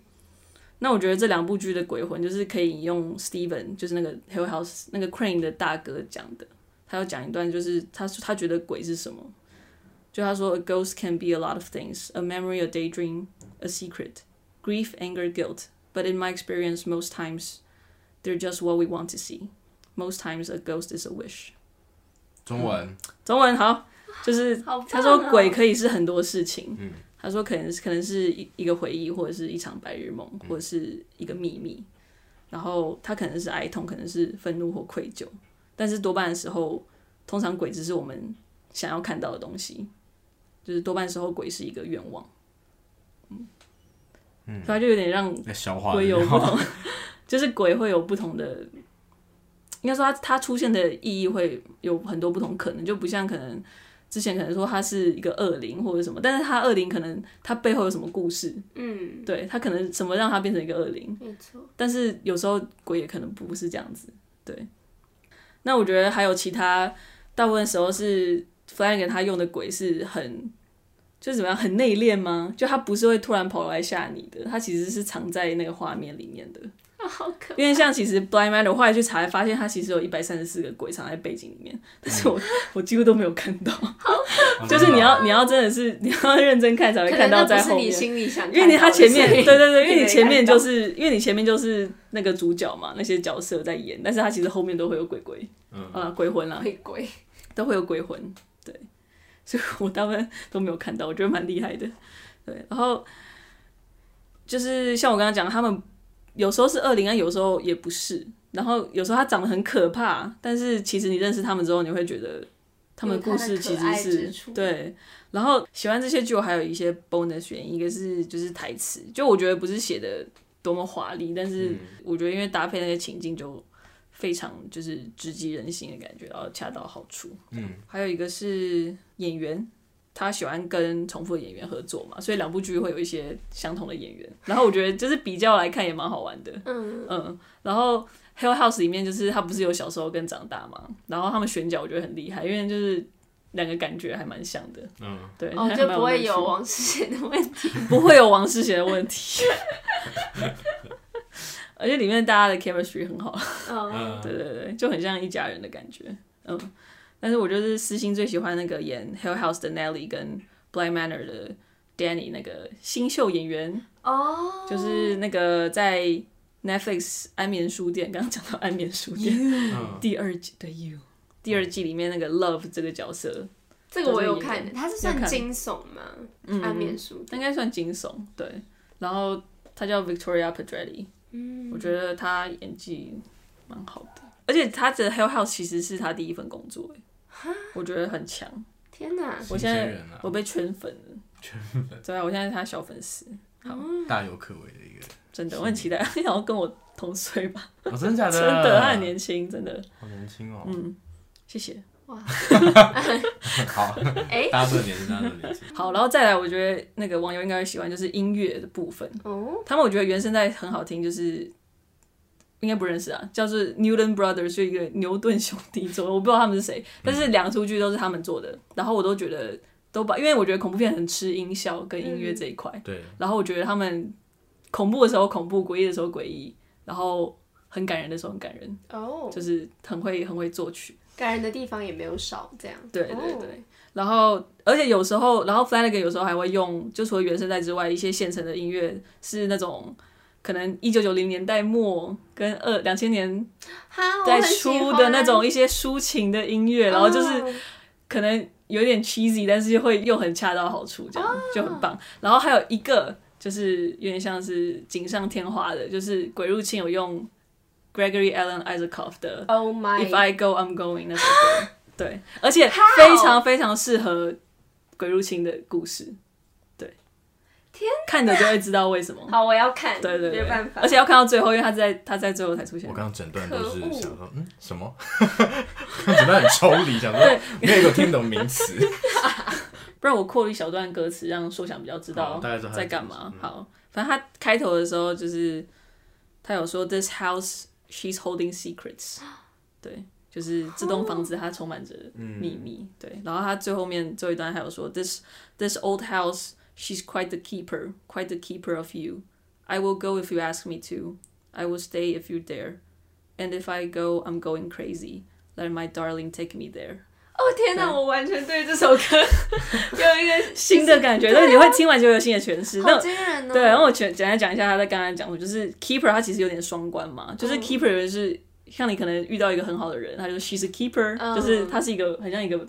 [SPEAKER 1] 那我觉得这两部剧的鬼魂就是可以引用 Steven，就是那个 Hill House 那个 Crane 的大哥讲的，他要讲一段，就是他说他觉得鬼是什么，就他说 A ghost can be a lot of things, a memory, a daydream, a secret, grief, anger, guilt. But in my experience, most times they're just what we want to see. Most times a ghost is a wish.
[SPEAKER 3] 中文
[SPEAKER 1] 中文好，就是
[SPEAKER 2] 好棒哦
[SPEAKER 1] 他说鬼可以是很多事情，他说可能是可能是一一个回忆，或者是一场白日梦，或者是一个秘密，然后他可能是哀痛，可能是愤怒或愧疚，但是多半的时候，通常鬼只是我们想要看到的东西，就是多半时候鬼是一个愿望，嗯，所以他就有点让
[SPEAKER 3] 在消化的
[SPEAKER 1] 鬼有
[SPEAKER 3] 那
[SPEAKER 1] 不
[SPEAKER 3] 种，
[SPEAKER 1] 同， 就是鬼会有不同的，应该说它它出现的意义会有很多不同可能，就不像可能之前可能说它是一个恶灵或者什么，但是它恶灵可能它背后有什么故事，
[SPEAKER 2] 嗯，
[SPEAKER 1] 对，它可能什么让它变成一个恶灵，
[SPEAKER 2] 没 错，
[SPEAKER 1] 但是有时候鬼也可能不是这样子，对。那我觉得还有其他，大部分时候是 Flanagan 他用的鬼是很，就是怎么样，很内敛吗？就他不是会突然跑来吓你的，他其实是藏在那个画面里面的。
[SPEAKER 2] 好可
[SPEAKER 1] 因为像其实 Blind Manor 我后来去查，发现它其实有一百三十四个鬼藏在背景里
[SPEAKER 2] 嗯
[SPEAKER 1] 面，但是我我几乎都没有看到，就是你要你要真的是你要认真看才会
[SPEAKER 2] 可
[SPEAKER 1] 呃看到
[SPEAKER 2] 能那不
[SPEAKER 1] 在
[SPEAKER 2] 是
[SPEAKER 1] 后面
[SPEAKER 2] 你。心里想看到的，
[SPEAKER 1] 因为你他前面，
[SPEAKER 2] 所以
[SPEAKER 1] 对对对， 因为你前面就
[SPEAKER 2] 没看
[SPEAKER 1] 是因为你前面就是那个主角嘛，那些角色在演，但是他其实后面都会有鬼鬼，
[SPEAKER 3] 嗯
[SPEAKER 1] 啊鬼魂
[SPEAKER 2] 到
[SPEAKER 1] 啦，
[SPEAKER 2] 会 鬼，
[SPEAKER 1] 都会有鬼魂，对，所以我大部分都没有看到，我觉得蛮厉害的，对，然后就是像我刚刚讲，他们有时候是恶灵，但有时候也不是，然后有时候他长得很可怕，但是其实你认识他们之后，你会觉得他们的故事其
[SPEAKER 2] 有他的可
[SPEAKER 1] 实
[SPEAKER 2] 爱之
[SPEAKER 1] 是
[SPEAKER 2] 处
[SPEAKER 1] 对。然后喜欢这些剧，我还有一些 bonus 原因，一个是就是台词，就我觉得不是写的多么华丽，但是我觉得因为搭配那些情境就非常就是直击人心的感觉，然后恰到好处。嗯，还有一个是演员。他喜欢跟重复的演员合作嘛，所以两部剧会有一些相同的演员。然后我觉得就是比较来看也蛮好玩的。
[SPEAKER 2] 嗯，
[SPEAKER 1] 嗯，然后 Hill House 里面就是他不是有小时候跟长大嘛，然后他们选角我觉得很厉害，因为就是两个感觉还蛮像的，
[SPEAKER 3] 嗯，
[SPEAKER 1] 对，
[SPEAKER 2] 哦，
[SPEAKER 1] 还
[SPEAKER 2] 就
[SPEAKER 1] 蛮
[SPEAKER 2] 不会
[SPEAKER 1] 趣
[SPEAKER 2] 有王世贤的问题，
[SPEAKER 1] 不会有王世贤的问题， 而且里面大家的 chemistry 很好，
[SPEAKER 2] 嗯，
[SPEAKER 3] 啊
[SPEAKER 1] 对对对，就很像一家人的感觉，嗯。但是我就是私心最喜欢那个演 Hill House 的 Nelly 跟 Blind Manor 的 Danny 那个新秀演员，
[SPEAKER 2] 哦，
[SPEAKER 1] 就是那个在 Netflix 安眠书店，刚刚讲到安眠书店
[SPEAKER 3] 嗯
[SPEAKER 1] 第二季对 You 第二季里面那个 Love 这个角色，
[SPEAKER 2] 这个我有
[SPEAKER 1] 这
[SPEAKER 2] 看
[SPEAKER 1] 个，
[SPEAKER 2] 它是
[SPEAKER 1] 有
[SPEAKER 2] 算
[SPEAKER 1] 看嗯
[SPEAKER 2] 惊悚吗？安眠书
[SPEAKER 1] 应
[SPEAKER 2] 店，
[SPEAKER 1] 该算惊悚对。然后她叫 Victoria Pedretti，
[SPEAKER 2] 嗯
[SPEAKER 1] 我觉得她演技蛮好的，而且她的 Hell House 其实是她第一份工作，欸我觉得很强。
[SPEAKER 2] 天哪！
[SPEAKER 1] 我现
[SPEAKER 3] 新
[SPEAKER 1] 在
[SPEAKER 3] 鲜人啊
[SPEAKER 1] 我被圈粉了，嗯圈粉，对啊，我现在是他小粉丝，
[SPEAKER 3] 大有可为的一个。
[SPEAKER 1] 真的，我很期待， 想要跟我同岁吧，
[SPEAKER 3] 哦，真的 假的？
[SPEAKER 1] 真的，他很年轻，真的，
[SPEAKER 4] 好年轻哦。
[SPEAKER 1] 嗯，谢谢。
[SPEAKER 3] 好，
[SPEAKER 2] 哎
[SPEAKER 3] 大家都很年轻，大家都很年轻。
[SPEAKER 1] 好，然后再来，我觉得那个网友应该会喜欢，就是音乐的部分。
[SPEAKER 2] 哦，
[SPEAKER 1] 他们我觉得原声带很好听，就是应该不认识啊，叫做 Newton Brothers，就一个牛顿兄弟做的，我不知道他们是谁，但是两出剧都是他们做的，然后我都觉得都把，因为我觉得恐怖片很吃音效跟音乐这一块，
[SPEAKER 3] 对，
[SPEAKER 1] 然后我觉得他们恐怖的时候恐怖，诡异的时候诡异，然后很感人的时候很感人，
[SPEAKER 2] 哦，
[SPEAKER 1] 就是很会很会作曲。
[SPEAKER 2] 感人的地方也没有少，这样。哦
[SPEAKER 1] 对对对。然后，而且有时候，然后 Flanagan 有时候还会用，就除了原声带之外，一些现成的音乐是那种可能一九九零年代末跟二两千年
[SPEAKER 2] 哈，哦我
[SPEAKER 1] 代
[SPEAKER 2] 很喜
[SPEAKER 1] 初
[SPEAKER 2] 欢
[SPEAKER 1] 的那种一些抒情的音乐，然后就是
[SPEAKER 2] 哦
[SPEAKER 1] 可能有点 cheesy，但是会又很恰到好处，
[SPEAKER 2] 啊
[SPEAKER 1] 这样、就很棒。然后还有一个就是有点像是锦上添花的，就是《鬼入侵》有用 Gregory Alan Isaacoff 的
[SPEAKER 2] Oh
[SPEAKER 1] If
[SPEAKER 2] my，
[SPEAKER 1] I Go I'm Going 那首歌，对，而且非常非常适合鬼入侵的故事，对，
[SPEAKER 2] 天，
[SPEAKER 1] 看着就会知道为什么，
[SPEAKER 2] 好，我要看，
[SPEAKER 1] 对对
[SPEAKER 2] 没
[SPEAKER 1] 对，
[SPEAKER 2] 有办法
[SPEAKER 1] 而。且要看到最后，因为他在他在最后才出现
[SPEAKER 3] 我，刚刚整段都是
[SPEAKER 2] 可恶
[SPEAKER 3] 想说，嗯，什么？ 整段很抽离，想说没有一个听懂名词。
[SPEAKER 1] 不然我扩一小段歌词，让硕想比 较知
[SPEAKER 3] 好
[SPEAKER 1] 道
[SPEAKER 3] 哦大概知道他
[SPEAKER 1] 在干嘛。好，反正他开头的时候就是他有说 This house she's holding secrets，对，就是这栋房子它充满着秘密。对，然后他最后面最后一段还有说 This this old house she's quite the keeper, quite the keeper of you. I will go if you ask me to. I will stay if you dare. And if I go, I'm going crazy. Let my darling take me there.
[SPEAKER 2] 哦天哪，我完全对这首歌 有一 个
[SPEAKER 1] 新的感觉，但是你会听完就有新的诠释。那
[SPEAKER 2] 好惊人哦。
[SPEAKER 1] 对，然后我简简单讲一下他在刚才讲的，就是 keeper 他其实有点双关嘛，就是
[SPEAKER 2] 嗯
[SPEAKER 1] keeper 就是像你可能遇到一个很好的人，他就 she's a keeper，、
[SPEAKER 2] 嗯
[SPEAKER 1] 就是他是一个很像一个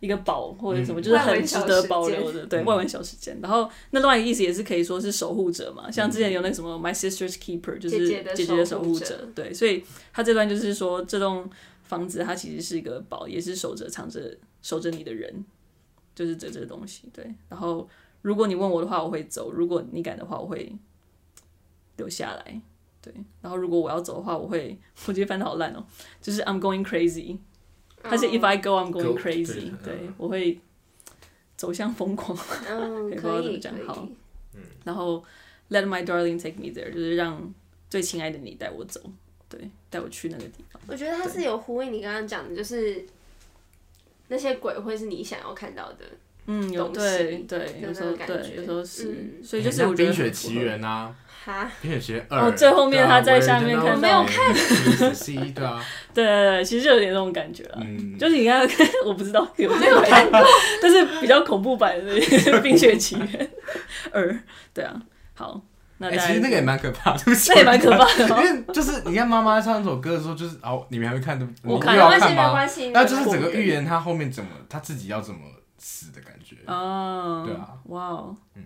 [SPEAKER 1] 一个宝或者什么，
[SPEAKER 3] 嗯
[SPEAKER 1] 就是
[SPEAKER 2] 外
[SPEAKER 1] 很
[SPEAKER 2] 文
[SPEAKER 1] 值
[SPEAKER 2] 小
[SPEAKER 1] 得
[SPEAKER 2] 时
[SPEAKER 1] 保
[SPEAKER 2] 间
[SPEAKER 1] 留的，对外文小时间。然后那另外一个意思也是可以说是守护者嘛，像之前有那个什么 my sister's keeper，就是
[SPEAKER 2] 嗯姐姐的
[SPEAKER 1] 姐姐的
[SPEAKER 2] 守
[SPEAKER 1] 守
[SPEAKER 2] 护
[SPEAKER 1] 护
[SPEAKER 2] 者
[SPEAKER 1] 者，对，所以他这段就是说这栋房子它其实是一个宝，也是守着藏着守着你的人，就是这这个东西，对，然后。如果你问我的话，我会走；如果你敢的话，我会留下来。对，然后如果我要走的话，我会， 我觉得翻的好烂哦，就是 I'm going crazy，它
[SPEAKER 2] 哦嗯
[SPEAKER 1] 是 If I go I'm going
[SPEAKER 4] Go，
[SPEAKER 1] crazy，
[SPEAKER 4] 对嗯
[SPEAKER 1] 对我会走向疯狂，
[SPEAKER 2] 嗯，
[SPEAKER 1] 也不知
[SPEAKER 2] 可
[SPEAKER 1] 道怎么
[SPEAKER 2] 以
[SPEAKER 1] 讲
[SPEAKER 2] 可
[SPEAKER 1] 好
[SPEAKER 2] 以。
[SPEAKER 1] 然后 Let my darling take me there，就是让最亲爱的你带我走，对，带我去那个地方。
[SPEAKER 2] 我觉得它是有呼应你刚刚讲的，就是那些鬼会是你想要看到的。
[SPEAKER 1] 嗯，有
[SPEAKER 2] 懂
[SPEAKER 1] 对
[SPEAKER 2] 事
[SPEAKER 1] 对，
[SPEAKER 2] 有
[SPEAKER 1] 有
[SPEAKER 2] 那
[SPEAKER 1] 时候
[SPEAKER 2] 种感
[SPEAKER 1] 对，
[SPEAKER 2] 觉
[SPEAKER 1] 有时候是，
[SPEAKER 2] 嗯
[SPEAKER 1] 所以就是我觉得
[SPEAKER 3] 冰
[SPEAKER 1] 很
[SPEAKER 3] 雪
[SPEAKER 1] 符
[SPEAKER 3] 奇
[SPEAKER 1] 合
[SPEAKER 3] 缘》啊，
[SPEAKER 2] 哈，
[SPEAKER 3] 《冰雪奇缘二》啊
[SPEAKER 1] 哦最后面他在下面看到
[SPEAKER 3] 没有看， 仔细对啊，
[SPEAKER 1] 对对，对其实就有点那种感觉啦。
[SPEAKER 3] 嗯，
[SPEAKER 1] 就是你看，我不知道有没有看过，但是比较恐怖版的《冰雪奇缘二》，对啊，好， 那
[SPEAKER 3] 哎，
[SPEAKER 1] 大家、
[SPEAKER 3] 其实那个也蛮可怕，对不起，
[SPEAKER 1] 那也蛮可怕的哦、
[SPEAKER 3] 因为就是你看妈妈唱那首歌的时候，就是哦，你们还会看的，
[SPEAKER 1] 我
[SPEAKER 3] 你
[SPEAKER 1] 看
[SPEAKER 3] 又
[SPEAKER 1] 了
[SPEAKER 2] 没关
[SPEAKER 3] 要
[SPEAKER 2] 系
[SPEAKER 3] 看
[SPEAKER 2] 没有
[SPEAKER 3] 吗？
[SPEAKER 2] 关系。
[SPEAKER 3] 那就是整个预言他后面怎么他自己要怎么死的感觉。
[SPEAKER 1] 哦，
[SPEAKER 3] 对啊，
[SPEAKER 1] 哇哦，
[SPEAKER 3] 嗯，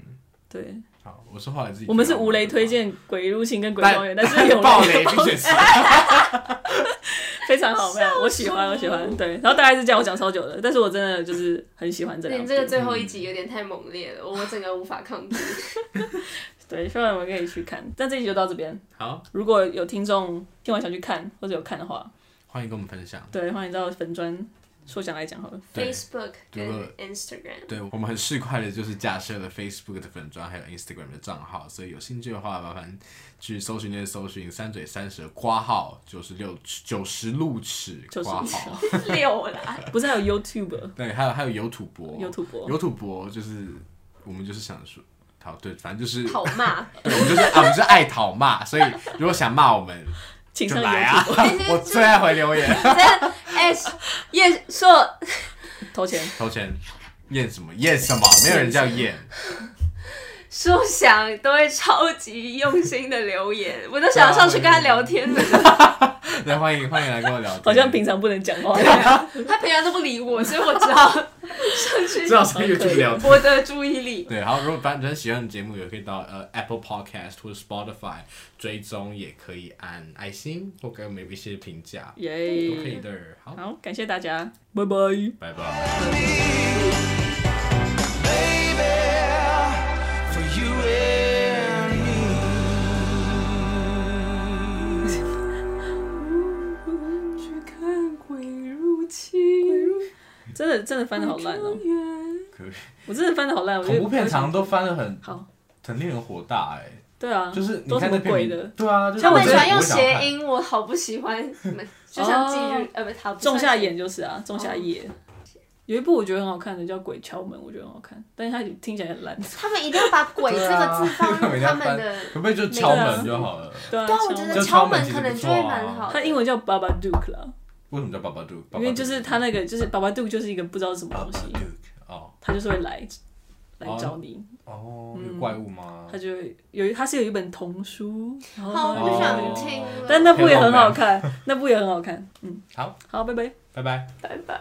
[SPEAKER 1] 对，
[SPEAKER 3] 好，我说后来自己
[SPEAKER 1] 我们是无雷 推，荐《鬼入侵》跟《鬼庄园》，但是有
[SPEAKER 3] 但爆雷冰 雪奇缘，
[SPEAKER 1] 非常好，没有，我喜欢，我喜
[SPEAKER 2] 哦
[SPEAKER 1] 欢，对，然后大概是这样，我讲超久的，但是我真的就是很喜欢这两
[SPEAKER 2] 你
[SPEAKER 1] 部，
[SPEAKER 2] 这个最后一集有点太猛烈了，我整个无法抗拒。
[SPEAKER 1] 对，希望你们可以去看，但这一集就到这边，
[SPEAKER 4] 好，
[SPEAKER 1] 如果有听众听完想去看或者有看的话，
[SPEAKER 3] 欢迎跟我们分享。
[SPEAKER 1] 对，欢迎到粉砖说想来讲好了。
[SPEAKER 3] 对
[SPEAKER 2] Facebook
[SPEAKER 3] 对
[SPEAKER 2] 跟 Instagram，
[SPEAKER 3] 对我们很市侩的，就是架设了 Facebook 的粉砖还有 Instagram 的账号，所以有兴趣的话，麻烦去搜寻那搜寻三嘴三舌括号九十六九十路尺括号，
[SPEAKER 2] 六啦，
[SPEAKER 1] 不是还有 YouTube 哦
[SPEAKER 3] 对，还有还有有土博，
[SPEAKER 1] 有土博
[SPEAKER 3] 有土博就是我们就是想说，好对，反正就是
[SPEAKER 2] 好骂。
[SPEAKER 3] 对，我们就是啊，我们就是爱讨骂，所以如果想骂我们
[SPEAKER 1] 请
[SPEAKER 3] 就
[SPEAKER 1] 上
[SPEAKER 3] 来啊
[SPEAKER 1] YouTube，
[SPEAKER 3] 我最爱回留言，
[SPEAKER 2] 哎，叶硕，
[SPEAKER 1] 投钱。
[SPEAKER 3] 投钱验什么验什么，没有人叫验，
[SPEAKER 2] 硕翔都会超级用心的留言，我都想要上去跟他聊天了。
[SPEAKER 3] 对，欢迎欢迎来跟我聊天，啊
[SPEAKER 1] 好像平常不能讲话。
[SPEAKER 2] 他平常都不理我，所以我只好上去
[SPEAKER 4] 至少在 YouTube 聊
[SPEAKER 2] 博得注意力。
[SPEAKER 3] 对，好，如果反正喜欢的节目，也可以到呃 Apple Podcast 或者 Spotify 追踪，也可以按爱心或给我们一些评价，都可以
[SPEAKER 1] 耶！
[SPEAKER 3] 的。好，
[SPEAKER 1] 好，感谢大家，拜拜。
[SPEAKER 3] 拜拜。
[SPEAKER 5] Baby, for you and me.
[SPEAKER 1] 去看《鬼入侵》，真的真的翻的好烂哦、
[SPEAKER 3] 可以
[SPEAKER 1] 我真的翻的好烂，我觉
[SPEAKER 3] 恐
[SPEAKER 1] 得
[SPEAKER 3] 怖片常常都翻得很
[SPEAKER 1] 好，
[SPEAKER 3] 很令人火大哎、
[SPEAKER 1] 对啊，
[SPEAKER 3] 就是你
[SPEAKER 1] 都什
[SPEAKER 3] 看
[SPEAKER 1] 么
[SPEAKER 3] 那片
[SPEAKER 1] 鬼
[SPEAKER 3] 名
[SPEAKER 1] 的，
[SPEAKER 3] 对啊，就是
[SPEAKER 2] 他
[SPEAKER 3] 我
[SPEAKER 2] 们
[SPEAKER 3] 真
[SPEAKER 2] 喜
[SPEAKER 3] 的
[SPEAKER 2] 欢
[SPEAKER 3] 不
[SPEAKER 2] 用
[SPEAKER 3] 会想看
[SPEAKER 2] 谐，音，我好不喜欢。就像忌日，呃，不，他不算
[SPEAKER 1] 仲夏
[SPEAKER 2] 忌日
[SPEAKER 1] 夜就是啊，仲夏夜。
[SPEAKER 2] 哦
[SPEAKER 1] 有一部我觉得很好看的叫《鬼敲门》，我觉得很好看，但是它听起来很烂。
[SPEAKER 2] 他们一定要把“鬼”这个字放入他们的。
[SPEAKER 3] 可不可以就敲门就好了？
[SPEAKER 1] 对啊，
[SPEAKER 2] 对啊，
[SPEAKER 1] 敲
[SPEAKER 2] 我觉
[SPEAKER 1] 门
[SPEAKER 2] 得
[SPEAKER 3] 敲
[SPEAKER 2] 敲
[SPEAKER 3] 门
[SPEAKER 2] 门可能就会
[SPEAKER 3] 啊
[SPEAKER 2] 蛮好的。
[SPEAKER 1] 它英文叫 Baba Duke 啦，
[SPEAKER 3] 为什么叫爸爸杜？
[SPEAKER 1] 因为就是他那个就是 Baba Duke 就是一个不知道是什么
[SPEAKER 3] 爸
[SPEAKER 1] 东
[SPEAKER 3] 爸
[SPEAKER 1] 西
[SPEAKER 3] 杜，哦
[SPEAKER 1] 他就是会来来找你，
[SPEAKER 3] 哦，有怪物吗
[SPEAKER 1] 他？就会有他是有一本童书，然后
[SPEAKER 2] 好，
[SPEAKER 1] 它
[SPEAKER 2] 我不想
[SPEAKER 3] 哦
[SPEAKER 2] 听了。
[SPEAKER 1] 但那部也很好看，那部也很好看。嗯，
[SPEAKER 3] 好，
[SPEAKER 1] 好，拜拜。
[SPEAKER 3] 拜拜。
[SPEAKER 2] 拜拜。